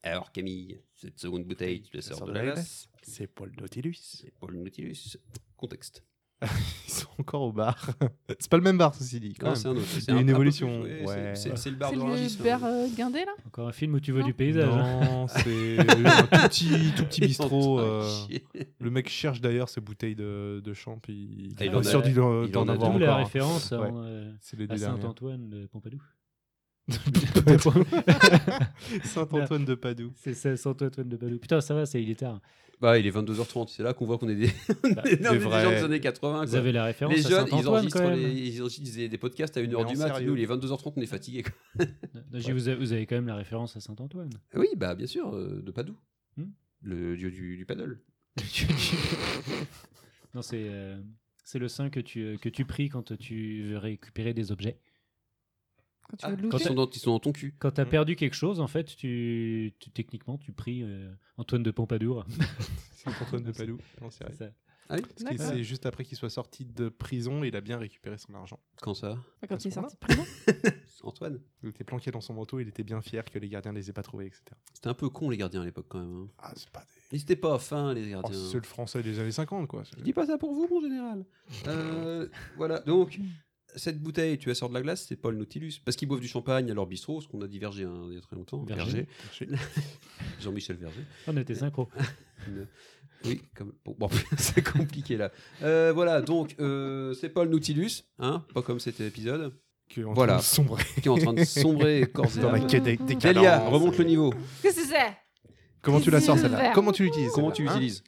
Speaker 3: Alors, Camille, cette seconde bouteille, tu la
Speaker 10: Ça
Speaker 3: sors
Speaker 10: sort
Speaker 3: de la glace.
Speaker 10: C'est Paul Nautilus.
Speaker 3: C'est Paul Nautilus. Contexte.
Speaker 10: Ah, Ils sont encore au bar. c'est pas le même bar, ceci dit. quand
Speaker 3: Non,
Speaker 10: même.
Speaker 3: c'est un autre. C'est
Speaker 10: Il y a
Speaker 3: un-
Speaker 10: une
Speaker 3: un peu
Speaker 10: évolution,
Speaker 3: plus- ouais,
Speaker 10: ouais.
Speaker 3: C'est c'est- c'est le bar hein.
Speaker 1: C'est
Speaker 3: de
Speaker 1: le
Speaker 3: Rangis.
Speaker 1: Berguindé guindé là
Speaker 9: Encore un film où tu vois
Speaker 1: Non.
Speaker 9: du paysage. hein.
Speaker 10: Non, c'est un tout petit, tout petit bistrot. euh, le mec cherche d'ailleurs ses bouteilles de, de champ. Il,
Speaker 3: Ah, il
Speaker 10: est
Speaker 3: en
Speaker 10: sûr
Speaker 3: a-
Speaker 10: d'y- d'en
Speaker 3: il en a
Speaker 10: avoir
Speaker 9: D'où
Speaker 3: Bon,
Speaker 10: encore.
Speaker 9: la
Speaker 10: hein.
Speaker 9: référence
Speaker 10: Ouais.
Speaker 9: en, euh,
Speaker 10: C'est les deux
Speaker 9: à
Speaker 10: dernières.
Speaker 9: Saint-Antoine de Pompidou.
Speaker 10: Saint-Antoine de Padoue.
Speaker 9: C'est ça, Saint-Antoine de Padoue. Putain, ça va, c'est il est tard.
Speaker 3: Bah, il est 22h30. C'est là qu'on voit qu'on est des,
Speaker 9: Bah,
Speaker 3: on est des
Speaker 10: vrai.
Speaker 3: gens des années 80.
Speaker 9: Vous
Speaker 3: Ah, quoi.
Speaker 9: avez la référence
Speaker 3: Les
Speaker 9: à
Speaker 3: jeunes, ils
Speaker 9: Saint-Antoine
Speaker 3: enregistrent,
Speaker 9: quand même.
Speaker 3: les- ils enregistrent des, des podcasts à
Speaker 10: Mais
Speaker 3: 1h
Speaker 10: en
Speaker 3: du mat.
Speaker 10: sérieux.
Speaker 3: Nous, il est 22h30, on est fatigué. quoi.
Speaker 9: Non, je dis, Vous, avez, vous avez quand même la référence à Saint-Antoine.
Speaker 3: Oui, bah, bien sûr, euh, de Padoue.
Speaker 9: Hmm.
Speaker 3: Le dieu du, du paddle.
Speaker 9: non, c'est euh, c'est le saint que tu, euh, que tu pries quand tu veux récupérer des objets.
Speaker 1: Quand tu
Speaker 3: Ah,
Speaker 1: veux
Speaker 3: quand
Speaker 1: looter.
Speaker 3: ils sont, dans, ils sont dans ton cul.
Speaker 9: Quand tu as
Speaker 10: Mm.
Speaker 9: perdu quelque chose, en fait, tu, tu- techniquement, tu pries euh, Antoine de Pompadour.
Speaker 10: Saint-Antoine de Padoue. Non, c'est vrai.
Speaker 9: C'est ça.
Speaker 3: Ah oui
Speaker 10: Parce que
Speaker 1: D'accord.
Speaker 10: c'est juste après qu'il soit sorti de prison, il a bien récupéré son argent.
Speaker 3: Quand ça
Speaker 1: Quand il est
Speaker 10: ce moment-là.
Speaker 1: sorti de prison.
Speaker 3: Antoine
Speaker 10: Il était planqué dans son manteau, il était bien fier que les gardiens ne les aient pas trouvés, etc.
Speaker 3: C'était un peu con, les gardiens, à l'époque, quand même. hein.
Speaker 10: Ah, c'est pas des...
Speaker 3: Ils étaient pas fins, les
Speaker 10: Oh,
Speaker 3: gardiens.
Speaker 10: c'est le français des années 50, quoi. C'est-
Speaker 3: Je dis pas ça pour vous, mon général. Euh, voilà, donc, cette bouteille, tu la sors de la glace, c'est pas le Nautilus. Parce qu'ils boivent du champagne à leur bistrot, ce qu'on a divergé hein, il y a très longtemps.
Speaker 9: Verger.
Speaker 3: Verger. Jean-Michel Verger.
Speaker 9: On était synchro.
Speaker 3: Une- Oui, comme... bon, bon, c'est compliqué là. Euh, voilà, donc, euh, c'est pas le Nautilus, hein, pas comme cet épisode.
Speaker 10: Qui est en
Speaker 3: voilà.
Speaker 10: train de sombrer.
Speaker 3: Qui est en train de sombrer corps et
Speaker 10: Dans la
Speaker 3: âme.
Speaker 10: quai des- des
Speaker 3: Delia,
Speaker 10: cadences.
Speaker 3: remonte le niveau.
Speaker 1: Qu'est-ce que c'est
Speaker 10: Comment tu la sors celle-là
Speaker 1: Verre.
Speaker 10: Comment tu l'utilises
Speaker 3: Comment
Speaker 10: celle-là,
Speaker 3: tu
Speaker 10: hein
Speaker 3: l'utilises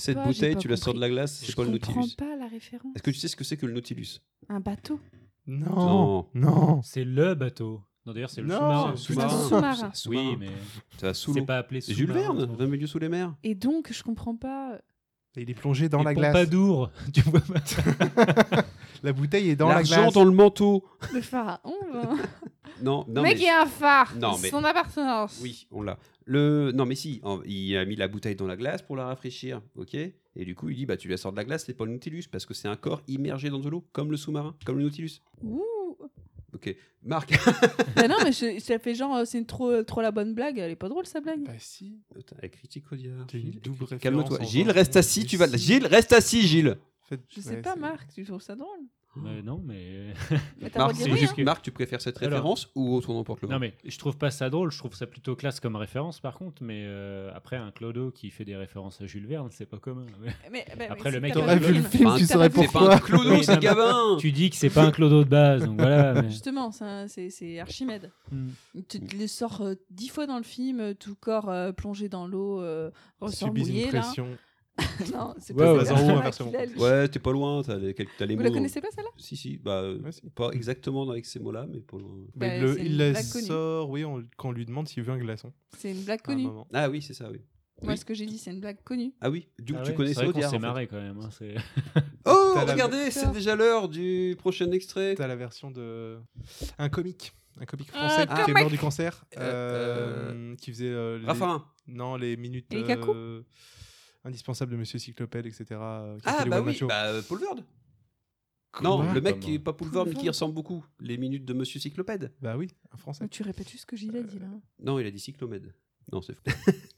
Speaker 3: Cette
Speaker 1: pas, j'ai
Speaker 3: bouteille,
Speaker 1: pas
Speaker 3: tu la sors de la glace, c'est quoi le
Speaker 1: comprends
Speaker 3: Nautilus
Speaker 1: pas la référence.
Speaker 3: Est-ce que tu sais ce que c'est que le Nautilus
Speaker 1: Un bateau.
Speaker 10: hein Non, non.
Speaker 9: C'est le bateau. Non, d'ailleurs, c'est le
Speaker 1: Non, Ah,
Speaker 9: sous-marin.
Speaker 1: c'est un sous-marin.
Speaker 3: C'est un
Speaker 9: Oui,
Speaker 3: sous-marin.
Speaker 9: mais
Speaker 3: C'est un sous
Speaker 9: C'est
Speaker 3: l'eau.
Speaker 9: pas appelé
Speaker 3: C'est Jules
Speaker 9: sous-marin,
Speaker 3: Verne, 20 milieux sous les mers.
Speaker 1: Et donc, je comprends pas.
Speaker 10: Et il est plongé dans
Speaker 9: Et
Speaker 10: la glace.
Speaker 9: Pompadour, tu vois pas.
Speaker 10: La bouteille est dans la glace.
Speaker 3: L'argent dans le manteau.
Speaker 1: Le pharaon. hein.
Speaker 3: Non, non.
Speaker 1: Le mec,
Speaker 3: mais-
Speaker 1: il a un phare.
Speaker 3: Non,
Speaker 1: c'est
Speaker 3: mais-
Speaker 1: Son appartenance.
Speaker 3: Oui, on l'a. Le... Non, mais si, en- il a mis la bouteille dans la glace pour la rafraîchir, ok Et du coup, il dit, bah tu la sors de la glace, c'est pas le Nautilus, parce que c'est un corps immergé dans de l'eau, comme le sous-marin, comme le Nautilus.
Speaker 1: Ouh.
Speaker 3: Ok, Marc.
Speaker 1: Bah non, mais je- ça fait genre, euh, c'est une trop, trop la bonne blague. Elle est pas drôle, sa blague.
Speaker 10: Bah si.
Speaker 3: Putain, Elle critique Audiard.
Speaker 10: T'as une double référence
Speaker 3: Calme-toi.
Speaker 10: en
Speaker 3: Gilles,
Speaker 10: vingt
Speaker 3: reste
Speaker 10: secondes.
Speaker 3: assis, tu vas... Gilles, reste assis, Gilles
Speaker 1: Je sais pas, Marc, tu trouves ça drôle
Speaker 9: Mais Euh, non, mais.
Speaker 1: Mais t'as
Speaker 3: Marc,
Speaker 1: redit
Speaker 3: c'est
Speaker 1: rien.
Speaker 3: juste que- Marc, tu préfères cette
Speaker 9: Alors-
Speaker 3: référence ou autre on emporte le vent
Speaker 9: Non, mais je trouve pas ça drôle, je trouve ça plutôt classe comme référence par contre, mais euh, après un Clodo qui fait des références à Jules Verne, c'est pas commun. ouais.
Speaker 1: Mais- mais- mais
Speaker 9: après
Speaker 1: si
Speaker 9: le mec.
Speaker 1: t'as T'aurais pas vu vu le le film,
Speaker 9: Enfin,
Speaker 10: tu
Speaker 9: t'as
Speaker 10: saurais
Speaker 9: pas vu-
Speaker 10: pourquoi.
Speaker 9: C'est pas un
Speaker 3: Clodo,
Speaker 9: Oui,
Speaker 3: c'est
Speaker 9: non, mais
Speaker 3: Gabin.
Speaker 9: Tu dis que c'est pas un Clodo de base, donc voilà. mais-
Speaker 1: Justement, c'est un- c'est c'est Archimède.
Speaker 9: Hmm.
Speaker 1: Tu te les sors euh, dix fois dans le film, euh, tout corps euh, plongé dans l'eau, euh, ressort
Speaker 10: Subis
Speaker 1: mouillé.
Speaker 10: une
Speaker 1: là.
Speaker 10: pression.
Speaker 1: non, c'est
Speaker 3: Ouais,
Speaker 1: pas
Speaker 3: ouais.
Speaker 1: ça.
Speaker 10: Vas-en haut,
Speaker 1: Ah,
Speaker 10: inversement.
Speaker 1: qu'il a lu.
Speaker 3: Ouais, t'es pas loin, t'as les, quelques- t'as les
Speaker 1: Vous
Speaker 3: mots.
Speaker 1: la connaissez pas celle-là
Speaker 3: Si, si, bah, euh,
Speaker 10: Ouais, si.
Speaker 3: pas exactement avec ces mots-là, mais pas loin.
Speaker 10: Mais
Speaker 1: Bah,
Speaker 10: le-
Speaker 1: c'est
Speaker 10: il
Speaker 1: une
Speaker 10: la
Speaker 1: blague connue.
Speaker 10: sort, oui, on- quand on lui demande s'il veut un glaçon.
Speaker 1: C'est une blague
Speaker 10: à un
Speaker 1: connue.
Speaker 10: moment.
Speaker 3: Ah oui, c'est ça, oui.
Speaker 1: Moi,
Speaker 3: Oui.
Speaker 1: ce que j'ai dit, c'est une blague connue.
Speaker 3: Ah oui, du coup,
Speaker 9: Ah
Speaker 3: tu
Speaker 9: ouais,
Speaker 3: connais
Speaker 9: c'est vrai qu'on
Speaker 3: Audiard.
Speaker 9: s'est
Speaker 3: en fait.
Speaker 9: marré quand même. hein, c'est-
Speaker 3: Oh,
Speaker 10: T'as la-
Speaker 3: regardez, c'est déjà l'heure du prochain extrait.
Speaker 10: T'as la version de. Un comique. Un comique
Speaker 1: Ah,
Speaker 10: français
Speaker 3: Un
Speaker 10: qui est
Speaker 3: comique.
Speaker 10: mort du cancer.
Speaker 3: Euh,
Speaker 10: euh, Qui faisait. euh, les-
Speaker 3: Raffarin.
Speaker 10: Non, les minutes.
Speaker 1: Et les cacous
Speaker 10: euh, Indispensables de Monsieur Cyclopède, etc. euh, qui a
Speaker 3: Ah
Speaker 10: fait les
Speaker 3: bah
Speaker 10: One Man
Speaker 3: oui,
Speaker 10: Show.
Speaker 3: bah, euh, Paul Verde.
Speaker 10: Comment
Speaker 3: Non, le mec qui est pas Paul Verne, mais
Speaker 1: Verne.
Speaker 3: qui ressemble beaucoup. Les minutes de Monsieur Cyclopède.
Speaker 10: Bah oui, un français.
Speaker 1: Mais Tu répètes juste ce que
Speaker 9: Euh,
Speaker 1: Gilles a dit là.
Speaker 3: Non, il a dit Cyclomède. Non, c'est faux.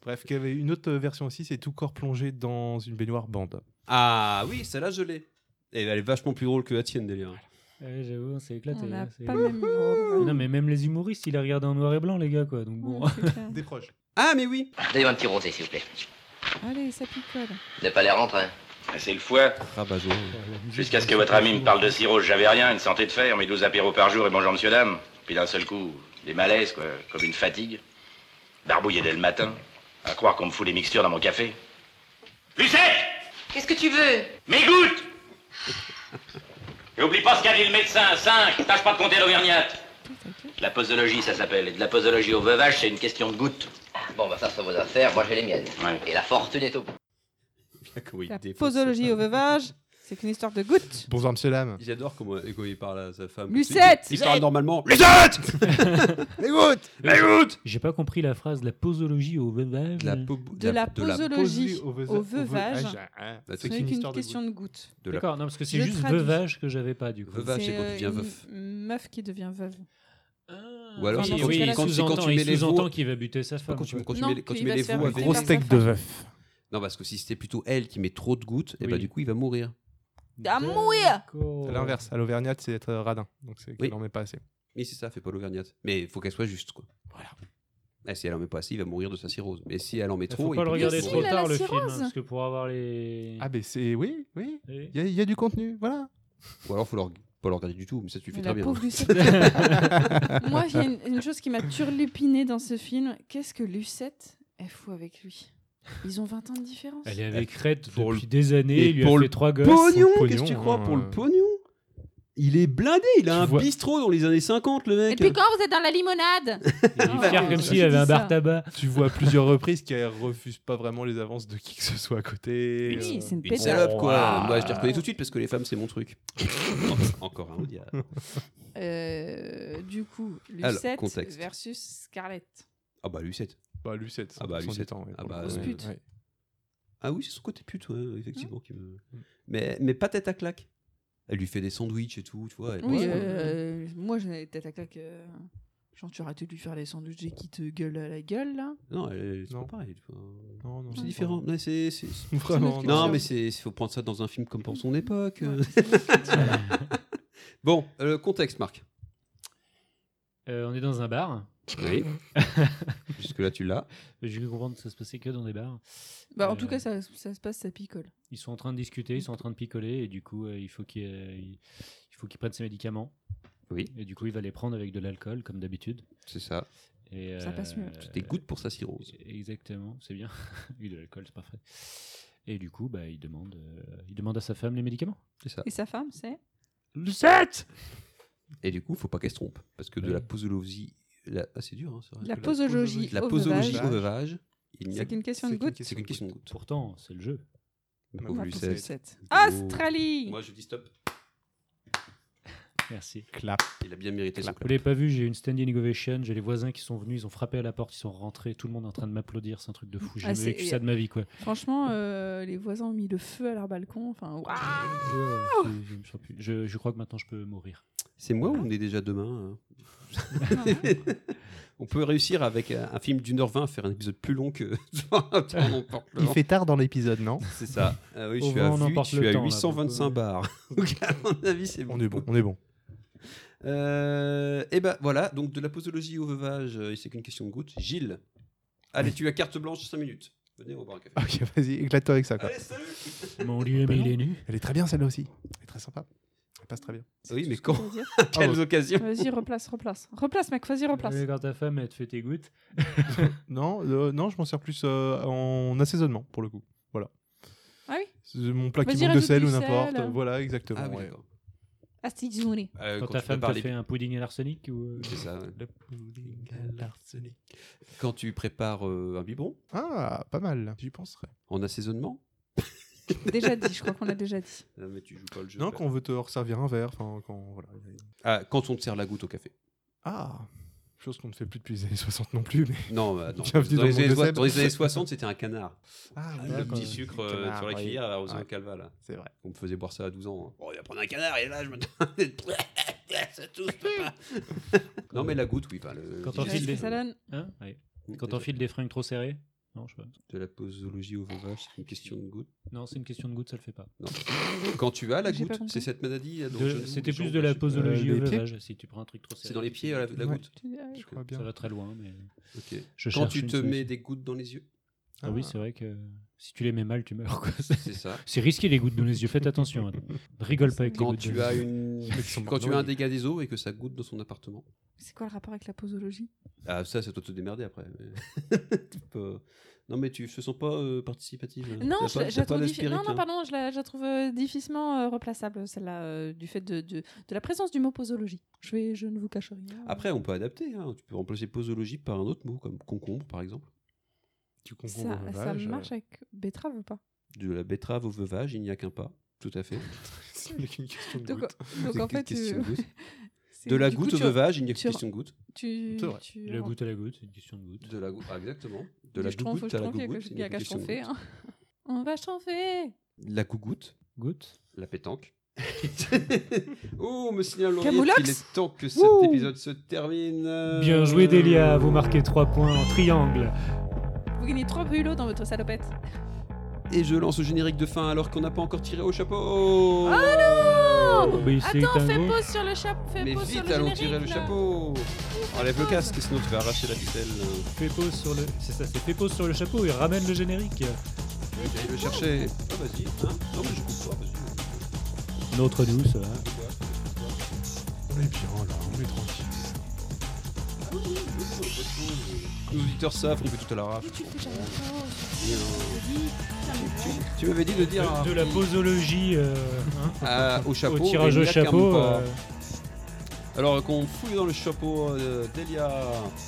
Speaker 10: Bref, qu'il y avait une autre version aussi, c'est tout corps plongé dans une baignoire bande.
Speaker 3: Ah oui, celle-là, je l'ai. Et elle est vachement plus drôle que la tienne, délire.
Speaker 9: Ouais, J'avoue, on s'est éclaté.
Speaker 1: On n'a
Speaker 9: là, c'est-
Speaker 1: pas le même humour.
Speaker 9: Non, mais même les humoristes, ils les regardent en noir et blanc, les gars, quoi. Donc bon.
Speaker 1: Ouais, c'est clair.
Speaker 10: Des proches.
Speaker 3: Ah mais oui
Speaker 4: Donnez-moi un petit rosé, s'il vous plaît.
Speaker 1: Allez, ça picole.
Speaker 4: Ne pas les rentrer.
Speaker 7: Ah, C'est le foie.
Speaker 3: Rabat
Speaker 7: Jusqu'à ce que votre ami me parle de sirop, j'avais rien, une santé de fer, mes 12 apéros par jour et bonjour monsieur dame. Puis d'un seul coup, des malaises, quoi, comme une fatigue. Barbouillé dès le matin, à croire qu'on me fout des mixtures dans mon café. Lucette
Speaker 5: Qu'est-ce que tu veux
Speaker 7: Mes gouttes Et oublie pas ce qu'a dit le médecin, 5, tâche pas de compter l'auvergnate.
Speaker 1: T'inquiète.
Speaker 4: De la posologie, ça s'appelle. Et de la posologie au veuvage, c'est une question de gouttes. Bon, bah ça, c'est vos affaires. Moi, j'ai les miennes.
Speaker 7: Ouais.
Speaker 4: Et la fortune est au bout.
Speaker 1: La posologie au veuvage, c'est qu'une histoire de gouttes.
Speaker 10: Bonjour monsieur dame.
Speaker 3: J'adore comment quand il parle à sa femme.
Speaker 1: Lucette
Speaker 3: Il parle normalement. Lucette Écoute
Speaker 7: Bah
Speaker 3: Écoute
Speaker 9: J'ai pas compris la phrase la posologie au veuvage.
Speaker 3: De la,
Speaker 9: mais-
Speaker 3: po-
Speaker 1: De la posologie
Speaker 10: Posée au veu-
Speaker 1: au
Speaker 10: au
Speaker 1: veuvage,
Speaker 10: veuvage, hein.
Speaker 3: Bah,
Speaker 1: c'est
Speaker 3: c'est
Speaker 10: une
Speaker 1: qu'une
Speaker 10: oh, histoire de
Speaker 1: question de gouttes.
Speaker 3: de la-
Speaker 9: D'accord, non, parce que c'est
Speaker 1: Je
Speaker 9: juste
Speaker 1: traduis.
Speaker 9: veuvage que j'avais pas, du coup.
Speaker 3: Veuvage, c'est quand tu deviens
Speaker 1: euh,
Speaker 3: veuf.
Speaker 1: une meuf qui devient veuve.
Speaker 3: Ou alors,
Speaker 1: Oui, oui,
Speaker 3: c'est quand, tu-
Speaker 1: il
Speaker 3: quand, c'est quand
Speaker 9: sous-entend-
Speaker 3: tu
Speaker 9: il
Speaker 3: mets les
Speaker 9: sous-entend
Speaker 3: veaux.
Speaker 9: qu'il va buter sa femme.
Speaker 3: Quand tu,
Speaker 9: quoi.
Speaker 3: quand tu
Speaker 1: Non,
Speaker 3: mets, les- quand
Speaker 1: qu'il
Speaker 3: tu mets
Speaker 1: va
Speaker 3: les
Speaker 1: se faire
Speaker 3: veaux avec.
Speaker 1: buter
Speaker 10: Grosse
Speaker 1: par
Speaker 10: tech
Speaker 1: sa
Speaker 10: de
Speaker 1: femme.
Speaker 10: veuf.
Speaker 3: Non, parce que si c'était plutôt elle qui met trop de gouttes, et bah
Speaker 9: Oui.
Speaker 3: du coup, il va mourir.
Speaker 1: Ah, mouille
Speaker 10: À l'inverse, à l'auvergnate, c'est être euh, radin. Donc c'est qu'elle
Speaker 3: Oui.
Speaker 10: en met pas assez.
Speaker 3: Mais c'est ça, fait pas l'auvergnate. Mais il faut qu'elle soit juste, quoi. Voilà. Ah, si elle en met pas assez, il va mourir de sa cirrhose. Mais si elle en met trop,
Speaker 9: Faut pas le
Speaker 3: peut-
Speaker 9: regarder
Speaker 1: si,
Speaker 9: trop
Speaker 1: il a la
Speaker 9: tard, le film,
Speaker 1: cirrhose.
Speaker 9: hein, parce que pour avoir les.
Speaker 10: Ah ben c'est. Oui, oui.
Speaker 9: Oui.
Speaker 10: Il y, a- il y a du contenu, voilà.
Speaker 3: Ou alors, faut le reg- pas le regarder du tout, mais ça, tu le
Speaker 1: Mais
Speaker 3: fais très
Speaker 1: la
Speaker 3: bien.
Speaker 1: pauvre Lucette. Moi, il y a une, une chose qui m'a turlupinée dans ce film. Qu'est-ce que Lucette est fou avec lui Ils ont 20 ans de différence.
Speaker 9: Elle est avec Red
Speaker 3: Bah, Pour le-
Speaker 9: depuis des années,
Speaker 3: Et
Speaker 9: il lui
Speaker 3: pour
Speaker 9: a
Speaker 3: le
Speaker 9: fait trois gosses.
Speaker 10: Pognon,
Speaker 3: Pognon
Speaker 10: Pour le
Speaker 3: Qu'est-ce que tu
Speaker 10: pognon,
Speaker 3: crois
Speaker 10: hein,
Speaker 3: pour
Speaker 10: euh.
Speaker 3: le pognon Il est blindé, il a
Speaker 10: Tu
Speaker 3: un
Speaker 10: vois-
Speaker 3: bistrot dans les années 50, le
Speaker 1: Et
Speaker 3: mec.
Speaker 1: depuis quand vous êtes dans la limonade
Speaker 9: Il est fier
Speaker 1: Oh,
Speaker 9: comme
Speaker 1: ça,
Speaker 9: s'il
Speaker 1: j'ai
Speaker 9: avait
Speaker 1: dit
Speaker 9: un
Speaker 1: ça.
Speaker 9: bar tabac.
Speaker 10: Tu vois à plusieurs reprises qu'elle refuse pas vraiment les avances de qui que ce soit à
Speaker 1: Oui,
Speaker 10: côté. euh.
Speaker 1: c'est une
Speaker 3: Une
Speaker 1: pédale.
Speaker 3: salope, quoi.
Speaker 9: Ouah.
Speaker 3: Moi, je te reconnais tout de suite parce que les femmes, c'est mon truc. Encore un Audiard.
Speaker 1: Euh, du coup,
Speaker 3: Alors,
Speaker 1: Lucette
Speaker 3: contexte.
Speaker 1: versus Scarlett.
Speaker 3: Ah bah, Lucette.
Speaker 10: Bah Lucette,
Speaker 3: Ah bah,
Speaker 10: 100% du
Speaker 3: Lucette.
Speaker 10: temps, oui,
Speaker 3: Ah
Speaker 10: pour le
Speaker 3: bah,
Speaker 10: coup,
Speaker 3: Grosse
Speaker 10: ouais,
Speaker 1: pute.
Speaker 10: ouais.
Speaker 3: Ah oui, c'est son côté pute, ouais, effectivement. qui me- mais, mais pas tête à claque. Elle lui fait des sandwichs et tout, tu vois. elle-
Speaker 1: Oui,
Speaker 3: Ouais.
Speaker 1: euh, moi, j'avais tête à claque. euh, Genre, tu arrêtes de lui faire les sandwichs et qui te gueule à la gueule, là.
Speaker 3: Non, elle- c'est
Speaker 10: Non.
Speaker 3: pas pareil. tu vois.
Speaker 10: Non, non,
Speaker 3: C'est
Speaker 10: non,
Speaker 3: différent.
Speaker 10: non.
Speaker 3: Ouais, c'est- c'est- c'est-
Speaker 10: Vraiment.
Speaker 1: C'est notre
Speaker 3: Non,
Speaker 1: sûr.
Speaker 3: mais il faut prendre ça dans un film comme pour son époque. euh.
Speaker 1: Ouais, c'est vrai que tu-
Speaker 3: Bon, euh, le contexte, Marc.
Speaker 9: Euh, on est dans un bar.
Speaker 3: Oui. Jusque-là, tu l'as.
Speaker 9: J'ai cru comprendre que ça se passait que dans des bars.
Speaker 1: Bah, en tout
Speaker 9: Euh,
Speaker 1: cas, ça, ça se passe, ça picole.
Speaker 9: Ils sont en train de discuter, ils sont en train de picoler, et du coup, euh, il faut qu'il euh, il il faut qu'il prenne ses médicaments.
Speaker 3: Oui.
Speaker 9: Et du coup, il va les prendre avec de l'alcool, comme d'habitude.
Speaker 3: C'est ça.
Speaker 9: Et, euh, e-,
Speaker 1: Ça passe mieux.
Speaker 3: Tu t'égouttes pour sa cirrhose.
Speaker 9: Exactement, c'est bien. Avec de l'alcool, c'est parfait. Et du coup, bah, il, demande, euh, il demande à sa femme les médicaments.
Speaker 3: C'est ça.
Speaker 1: Et sa femme, c'est
Speaker 3: Lucette Et du coup, faut pas qu'elle se trompe, parce que de la posologie, la- ah, c'est dur. hein, ça reste
Speaker 1: La
Speaker 3: que
Speaker 1: posologie
Speaker 3: la
Speaker 1: au
Speaker 3: posologie
Speaker 1: veuvage.
Speaker 3: au veuvage. il n'y a-
Speaker 1: C'est qu'une question de gouttes.
Speaker 3: C'est qu'une question de goutte.
Speaker 9: Pourtant, c'est le jeu.
Speaker 3: Pauvre
Speaker 1: Ah,
Speaker 3: Lucette.
Speaker 1: Lucette. Australie
Speaker 3: Moi, je dis stop.
Speaker 9: Merci.
Speaker 10: Clap.
Speaker 3: Il a bien mérité son
Speaker 9: Vous
Speaker 3: clap.
Speaker 9: l'avez pas vu, j'ai eu une standing ovation, j'ai les voisins qui sont venus, ils ont frappé à la porte, ils sont rentrés, tout le monde est en train de m'applaudir, c'est un truc de fou, j'ai
Speaker 1: Ah,
Speaker 9: jamais
Speaker 1: c'est-
Speaker 9: vécu ça de ma vie quoi.
Speaker 1: Franchement, euh, les voisins ont mis le feu à leur balcon. Enfin, waouh
Speaker 3: Ah
Speaker 9: Ouais, c'est- je, me sens plus- je- je crois que maintenant je peux mourir.
Speaker 3: C'est moi ou on est déjà demain hein On peut réussir avec un, un film d'une heure vingt à faire un épisode plus long que.
Speaker 10: Il fait tard dans l'épisode, non
Speaker 3: C'est ça. Ah oui, je
Speaker 9: Au
Speaker 3: suis
Speaker 9: vent,
Speaker 3: à,
Speaker 9: on
Speaker 3: vue,
Speaker 9: emporte
Speaker 3: je
Speaker 9: le
Speaker 3: suis à
Speaker 9: temps, là, euh,
Speaker 3: 825 bars. Donc, à mon avis, c'est bon.
Speaker 10: On est bon, on est bon.
Speaker 3: Euh, et ben voilà, donc de la posologie au veuvage, euh, et c'est qu'une question de goutte. Gilles, allez, tu as carte blanche 5 minutes. Venez, on va boire un
Speaker 9: Ah,
Speaker 3: café.
Speaker 10: Ok, vas-y, éclate-toi avec ça. Quoi.
Speaker 3: Allez, salut
Speaker 9: Mon dieu, mais il est nu.
Speaker 10: Elle est très bien celle-là aussi. Elle est très sympa. Elle passe très bien. Ah, bah,
Speaker 3: Oui, mais quand
Speaker 1: je voulais dire.
Speaker 9: Ah,
Speaker 3: À Quelles occasions
Speaker 1: Vas-y, replace, replace. Replace, mec, vas-y, replace.
Speaker 9: Quand ta femme elle te fait tes gouttes,
Speaker 10: Non, euh, non, je m'en sers plus euh, en assaisonnement pour le coup. Voilà.
Speaker 1: Ah oui
Speaker 10: C'est Mon plat qui
Speaker 1: Vas-y,
Speaker 10: manque de
Speaker 1: rajoute
Speaker 10: sel
Speaker 1: du
Speaker 10: ou
Speaker 1: sel.
Speaker 10: n'importe. Voilà, exactement.
Speaker 3: Ah oui,
Speaker 10: ouais.
Speaker 3: d'accord.
Speaker 1: Ah, c'est désolé.
Speaker 3: Euh,
Speaker 9: quand ta
Speaker 3: tu
Speaker 9: femme te
Speaker 3: prépares les-
Speaker 9: fait un pudding à l'arsenic ou euh,
Speaker 3: C'est ça. ouais.
Speaker 10: Le pudding à l'arsenic.
Speaker 3: Quand tu prépares euh, un biberon
Speaker 10: Ah, pas mal. J'y penserais.
Speaker 3: en assaisonnement
Speaker 1: Déjà dit, je crois qu'on l'a déjà dit.
Speaker 3: Non, mais tu joues pas le jeu.
Speaker 10: Non,
Speaker 3: là.
Speaker 10: quand on veut te resservir un verre. Enfin, quand voilà.
Speaker 3: Ah, quand on te sert la goutte au café.
Speaker 10: Ah, chose qu'on ne fait plus depuis les années 60 non plus. Mais...
Speaker 3: Non, bah, non.
Speaker 10: Bienvenue
Speaker 3: Dans,
Speaker 10: dans le
Speaker 3: les
Speaker 10: monde
Speaker 3: années,
Speaker 10: de
Speaker 3: soi-
Speaker 10: Seb.
Speaker 3: dans les années 60, c'était un canard.
Speaker 10: Ah,
Speaker 3: Ah,
Speaker 10: voilà,
Speaker 3: le
Speaker 10: quand-
Speaker 3: petit sucre euh,
Speaker 10: canard,
Speaker 3: sur la
Speaker 10: oui.
Speaker 3: cuillère à Rosanne
Speaker 10: Ouais,
Speaker 3: Calva, là.
Speaker 10: Ah, C'est vrai.
Speaker 3: On me faisait boire ça à 12 ans. hein. Oh, il va prendre un canard, et là, je me. ça tousse, papa. non, mais la goutte, oui. Enfin, le...
Speaker 9: Quand
Speaker 1: Ouais,
Speaker 9: on
Speaker 1: ce
Speaker 9: file
Speaker 1: que
Speaker 9: des-
Speaker 1: ça donne.
Speaker 9: hein Ouais. Quand
Speaker 3: Déjà.
Speaker 9: t'enfiles des fringues trop serrées Non, je sais pas.
Speaker 3: De la posologie au veuvage, c'est une question de goutte.
Speaker 9: Non, c'est une question de goutte, ça le fait pas.
Speaker 3: Non. Quand tu as la
Speaker 1: J'ai pas
Speaker 3: goutte,
Speaker 1: compris.
Speaker 3: c'est cette maladie. là, dont
Speaker 9: De-
Speaker 3: je ne-
Speaker 9: C'était
Speaker 3: je-
Speaker 9: plus de la
Speaker 3: je-
Speaker 9: posologie
Speaker 10: euh,
Speaker 9: au
Speaker 10: les pieds
Speaker 9: veuvage, si tu prends un truc trop serré. euh,
Speaker 3: C'est dans les pieds, la, la
Speaker 10: Ouais.
Speaker 3: goutte.
Speaker 1: Tu- ah oui.
Speaker 10: Je crois
Speaker 3: Ça
Speaker 10: bien.
Speaker 9: Ça va très loin, mais.
Speaker 3: Ok.
Speaker 9: Je
Speaker 3: Quand
Speaker 9: cherche
Speaker 3: tu
Speaker 9: une
Speaker 3: te mets
Speaker 9: solution.
Speaker 3: des gouttes dans les yeux,
Speaker 9: Ah oui, c'est vrai que si tu les mets mal, tu meurs. quoi.
Speaker 3: c'est ça.
Speaker 9: C'est risqué les gouttes dans les yeux, faites attention. hein. Rigole pas avec les
Speaker 3: Quand
Speaker 9: gouttes.
Speaker 3: tu
Speaker 9: dans
Speaker 3: as
Speaker 9: les yeux.
Speaker 3: une,
Speaker 10: Ceux qui sont
Speaker 3: quand tu
Speaker 10: morts,
Speaker 3: as un
Speaker 10: oui.
Speaker 3: dégât des eaux et que ça goutte dans son appartement.
Speaker 1: C'est quoi le rapport avec la posologie
Speaker 3: Ah, ça, c'est toi de te démerder après. mais- Tu peux- Non, mais tu te sens pas euh, participative. hein.
Speaker 1: Non,
Speaker 3: T'as
Speaker 1: je,
Speaker 3: pas-
Speaker 1: la- je la
Speaker 3: t'as pas
Speaker 1: trouve diffi-
Speaker 3: l'aspirite,
Speaker 1: non, non,
Speaker 3: hein.
Speaker 1: pardon, je la, je la trouve euh, difficilement euh, replaçable, celle-là, euh, du fait de, de, de la présence du mot posologie. Je, vais, je ne vous cache rien.
Speaker 3: Après, on peut adapter. hein. Tu peux remplacer posologie par un autre mot, comme concombre, par exemple.
Speaker 10: Tu
Speaker 1: ça,
Speaker 10: concombres au
Speaker 1: ça
Speaker 10: veuvage, euh,
Speaker 1: marche avec betterave ou pas
Speaker 3: De la betterave au veuvage, il n'y a qu'un pas. Tout à fait.
Speaker 10: C'est une question de
Speaker 1: Donc, euh,
Speaker 10: goutte.
Speaker 1: Donc
Speaker 3: C'est
Speaker 1: en
Speaker 3: qu'une
Speaker 1: fait,
Speaker 3: question de
Speaker 1: tu-
Speaker 3: goutte.
Speaker 1: c'est-
Speaker 3: De la
Speaker 1: du coup,
Speaker 3: goutte au
Speaker 1: tu-
Speaker 3: veuvage, il n'y a
Speaker 1: tu-
Speaker 3: qu'une question de goutte.
Speaker 1: Tu,
Speaker 10: C'est vrai.
Speaker 1: tu-
Speaker 9: Le goutte à la goutte, c'est une question de goutte.
Speaker 3: De la goutte, ah, exactement. De
Speaker 1: du
Speaker 3: la
Speaker 1: je tronfe au
Speaker 3: goutte à la
Speaker 1: tronf, il y a que-
Speaker 3: goutte.
Speaker 1: il y a qu'à hein. chanfer, hein. On va chanfer
Speaker 3: La gougoute,
Speaker 9: Goutte
Speaker 3: la pétanque. oh, on me signale Lauriette
Speaker 1: Camoulox
Speaker 3: qu'il est temps que cet
Speaker 1: Wouh
Speaker 3: épisode se termine.
Speaker 9: Bien joué, Delia, vous marquez 3 points en triangle.
Speaker 1: Vous gagnez 3 brûlots dans votre salopette.
Speaker 3: Et je lance le générique de fin alors qu'on n'a pas encore tiré au chapeau.
Speaker 1: Oh
Speaker 9: Mais c'est
Speaker 1: Attends,
Speaker 9: un
Speaker 1: fais
Speaker 9: gros-
Speaker 1: pause sur le chapeau. Ah, Fais
Speaker 3: Mais
Speaker 1: pause sur
Speaker 3: vite,
Speaker 1: le
Speaker 3: allons
Speaker 1: générique,
Speaker 3: tirer le
Speaker 1: là. Ah.
Speaker 3: chapeau Enlève le
Speaker 1: pause.
Speaker 3: casque, sinon tu vas arracher la ficelle.
Speaker 9: fais pause sur le. C'est ça, c'est fais pause sur le chapeau et ramène le générique.
Speaker 3: Je vais aller le chercher. Ah, vas-y, hein Non, mais je coupe pas, vas-y.
Speaker 9: Notre nous, ça va.
Speaker 10: On est bien là, on est tranquille.
Speaker 3: Nos auditeurs savent qu'on fait tout à l'arrache.
Speaker 1: Mais tu fais jamais pause.
Speaker 3: Et, euh,
Speaker 1: Vas-y, tiens, mais
Speaker 3: tu- Tu m'avais dit de dire
Speaker 9: De, de la posologie euh, hein,
Speaker 3: à- Ah, au chapeau.
Speaker 9: au tirage
Speaker 3: et
Speaker 9: au
Speaker 3: il y a qu'un
Speaker 9: chapeau.
Speaker 3: pas.
Speaker 9: euh,
Speaker 3: Alors qu'on fouille dans le chapeau euh, d'Elia.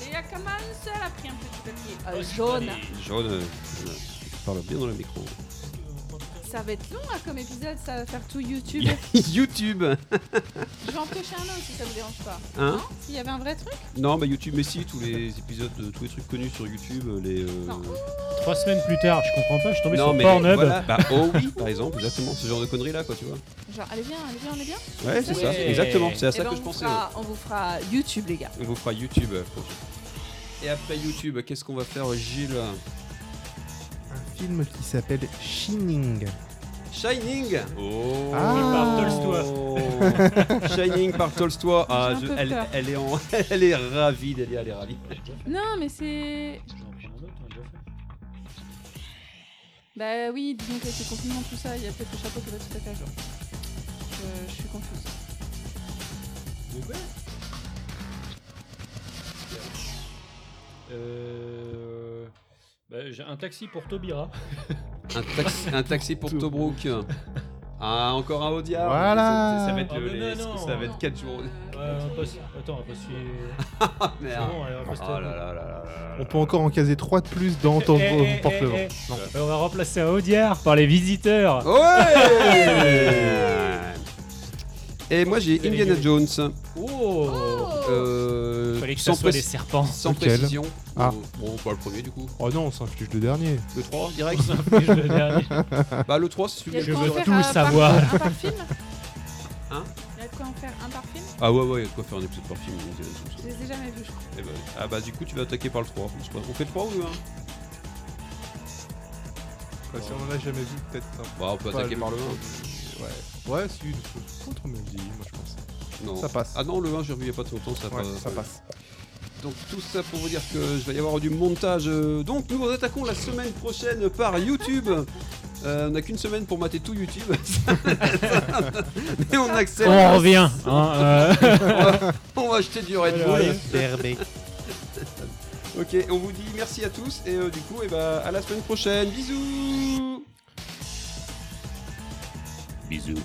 Speaker 1: Et il y a quand même un seul a pris un petit papier
Speaker 3: Ah,
Speaker 1: euh, jaune.
Speaker 3: Jaune. euh, Je parle bien dans le micro.
Speaker 1: Ça va être long là, comme épisode, ça va faire tout YouTube.
Speaker 3: YouTube
Speaker 1: Je vais en piocher un autre si ça vous dérange pas.
Speaker 3: Hein
Speaker 1: Non S'il y avait un vrai truc
Speaker 3: Non, mais YouTube, mais si, tous les épisodes, euh, tous les trucs connus sur YouTube, euh, les. euh,
Speaker 1: Non.
Speaker 9: Trois semaines plus tard, je comprends pas, je suis tombé
Speaker 3: non,
Speaker 9: sur
Speaker 3: mais
Speaker 9: Pornhub.
Speaker 3: voilà, bah, oh oui, par exemple, exactement, ce genre de conneries là, quoi, tu vois.
Speaker 1: Genre, allez bien, allez bien, allez bien.
Speaker 3: Ouais, c'est ça,
Speaker 9: Ouais.
Speaker 3: exactement, c'est à
Speaker 1: Eh
Speaker 3: ça
Speaker 1: ben,
Speaker 3: que
Speaker 1: on
Speaker 3: je
Speaker 1: vous
Speaker 3: pensais.
Speaker 1: fera- On vous fera YouTube, les gars.
Speaker 3: On vous fera YouTube. euh, pour- Et après YouTube, qu'est-ce qu'on va faire, Gilles
Speaker 10: Un film qui s'appelle Shining.
Speaker 3: Shining Oh
Speaker 10: Ah.
Speaker 3: Shining par Tolstoy. Ah,
Speaker 1: J'ai un
Speaker 3: je-
Speaker 1: peu
Speaker 3: elle,
Speaker 1: peur.
Speaker 3: elle est en- elle est ravie, Delia, elle est ravie.
Speaker 1: Non, mais c'est. Bah oui, disons qu'avec le confinement, tout ça, il y a peut-être le chapeau qui va tout à fait à jour. Euh, je suis confuse.
Speaker 9: Euh, bah, j'ai un taxi pour Taubira.
Speaker 3: Un taxi, un taxi pour Tobruk. Ah, encore un Audiard.
Speaker 10: Voilà.
Speaker 3: Ça, ça va être, le-
Speaker 9: Ah, mais
Speaker 3: les-
Speaker 9: non, non,
Speaker 3: ça va être
Speaker 9: non.
Speaker 3: 4 jours.
Speaker 9: Ouais, on passe- Attends, on passe
Speaker 3: Ah, merde.
Speaker 9: C'est bon, allez, on passe
Speaker 3: Oh là là là là là.
Speaker 10: On peut encore en caser 3 de plus dans ton
Speaker 9: Eh, eh, eh,
Speaker 10: porte-vent.
Speaker 9: eh, eh.
Speaker 10: Non.
Speaker 9: On va remplacer un Audiard par les visiteurs.
Speaker 3: Ouais Et moi j'ai Indiana Jones.
Speaker 9: Oh
Speaker 3: Euh,
Speaker 9: Fallait que
Speaker 3: sans
Speaker 9: ça soit
Speaker 3: préci-
Speaker 9: des serpents.
Speaker 3: Sans
Speaker 10: Lequel
Speaker 3: précision. Euh,
Speaker 10: Ah.
Speaker 3: Bon, bon, pas le premier du coup.
Speaker 10: Oh non, on s'inflige le dernier.
Speaker 3: Le 3 direct.
Speaker 9: On s'inflige le dernier.
Speaker 3: Bah le 3 c'est
Speaker 1: Il y a
Speaker 3: celui
Speaker 1: de quoi en faire
Speaker 9: tout
Speaker 1: un
Speaker 9: savoir.
Speaker 1: Par, un par film
Speaker 3: Hein
Speaker 1: Il y a de quoi en faire un par film
Speaker 3: Ah ouais ouais, il y a de quoi faire un épisode par film. Indiana Jones.
Speaker 1: Je les ai jamais vus, je crois.
Speaker 3: Eh ben, ah bah du coup tu vas attaquer par le 3. Je sais pas, On fait le 3 ou le 1
Speaker 10: Bah, si on en a jamais vu, peut-être. hein.
Speaker 3: Bah on peut
Speaker 10: Pas
Speaker 3: attaquer par le 1.
Speaker 10: Ouais. Ouais, si, une faute contre Mandy, moi je pense.
Speaker 3: Non.
Speaker 10: Ça passe.
Speaker 3: Ah non, le 1 j'ai revu il y a pas trop longtemps, ça,
Speaker 10: Ouais,
Speaker 3: pas-
Speaker 10: ça passe.
Speaker 3: Donc tout ça pour vous dire que je vais y avoir du montage. euh, Donc nous nous attaquons la semaine prochaine par YouTube. Euh, on n'a qu'une semaine pour mater tout YouTube. Mais on accède.
Speaker 9: On revient. hein, euh.
Speaker 3: on, va, on va acheter du Red
Speaker 9: Alors,
Speaker 3: Bull. Ok, on vous dit merci à tous et euh, du coup, et bah, à la semaine prochaine. Bisous.
Speaker 4: Bisous.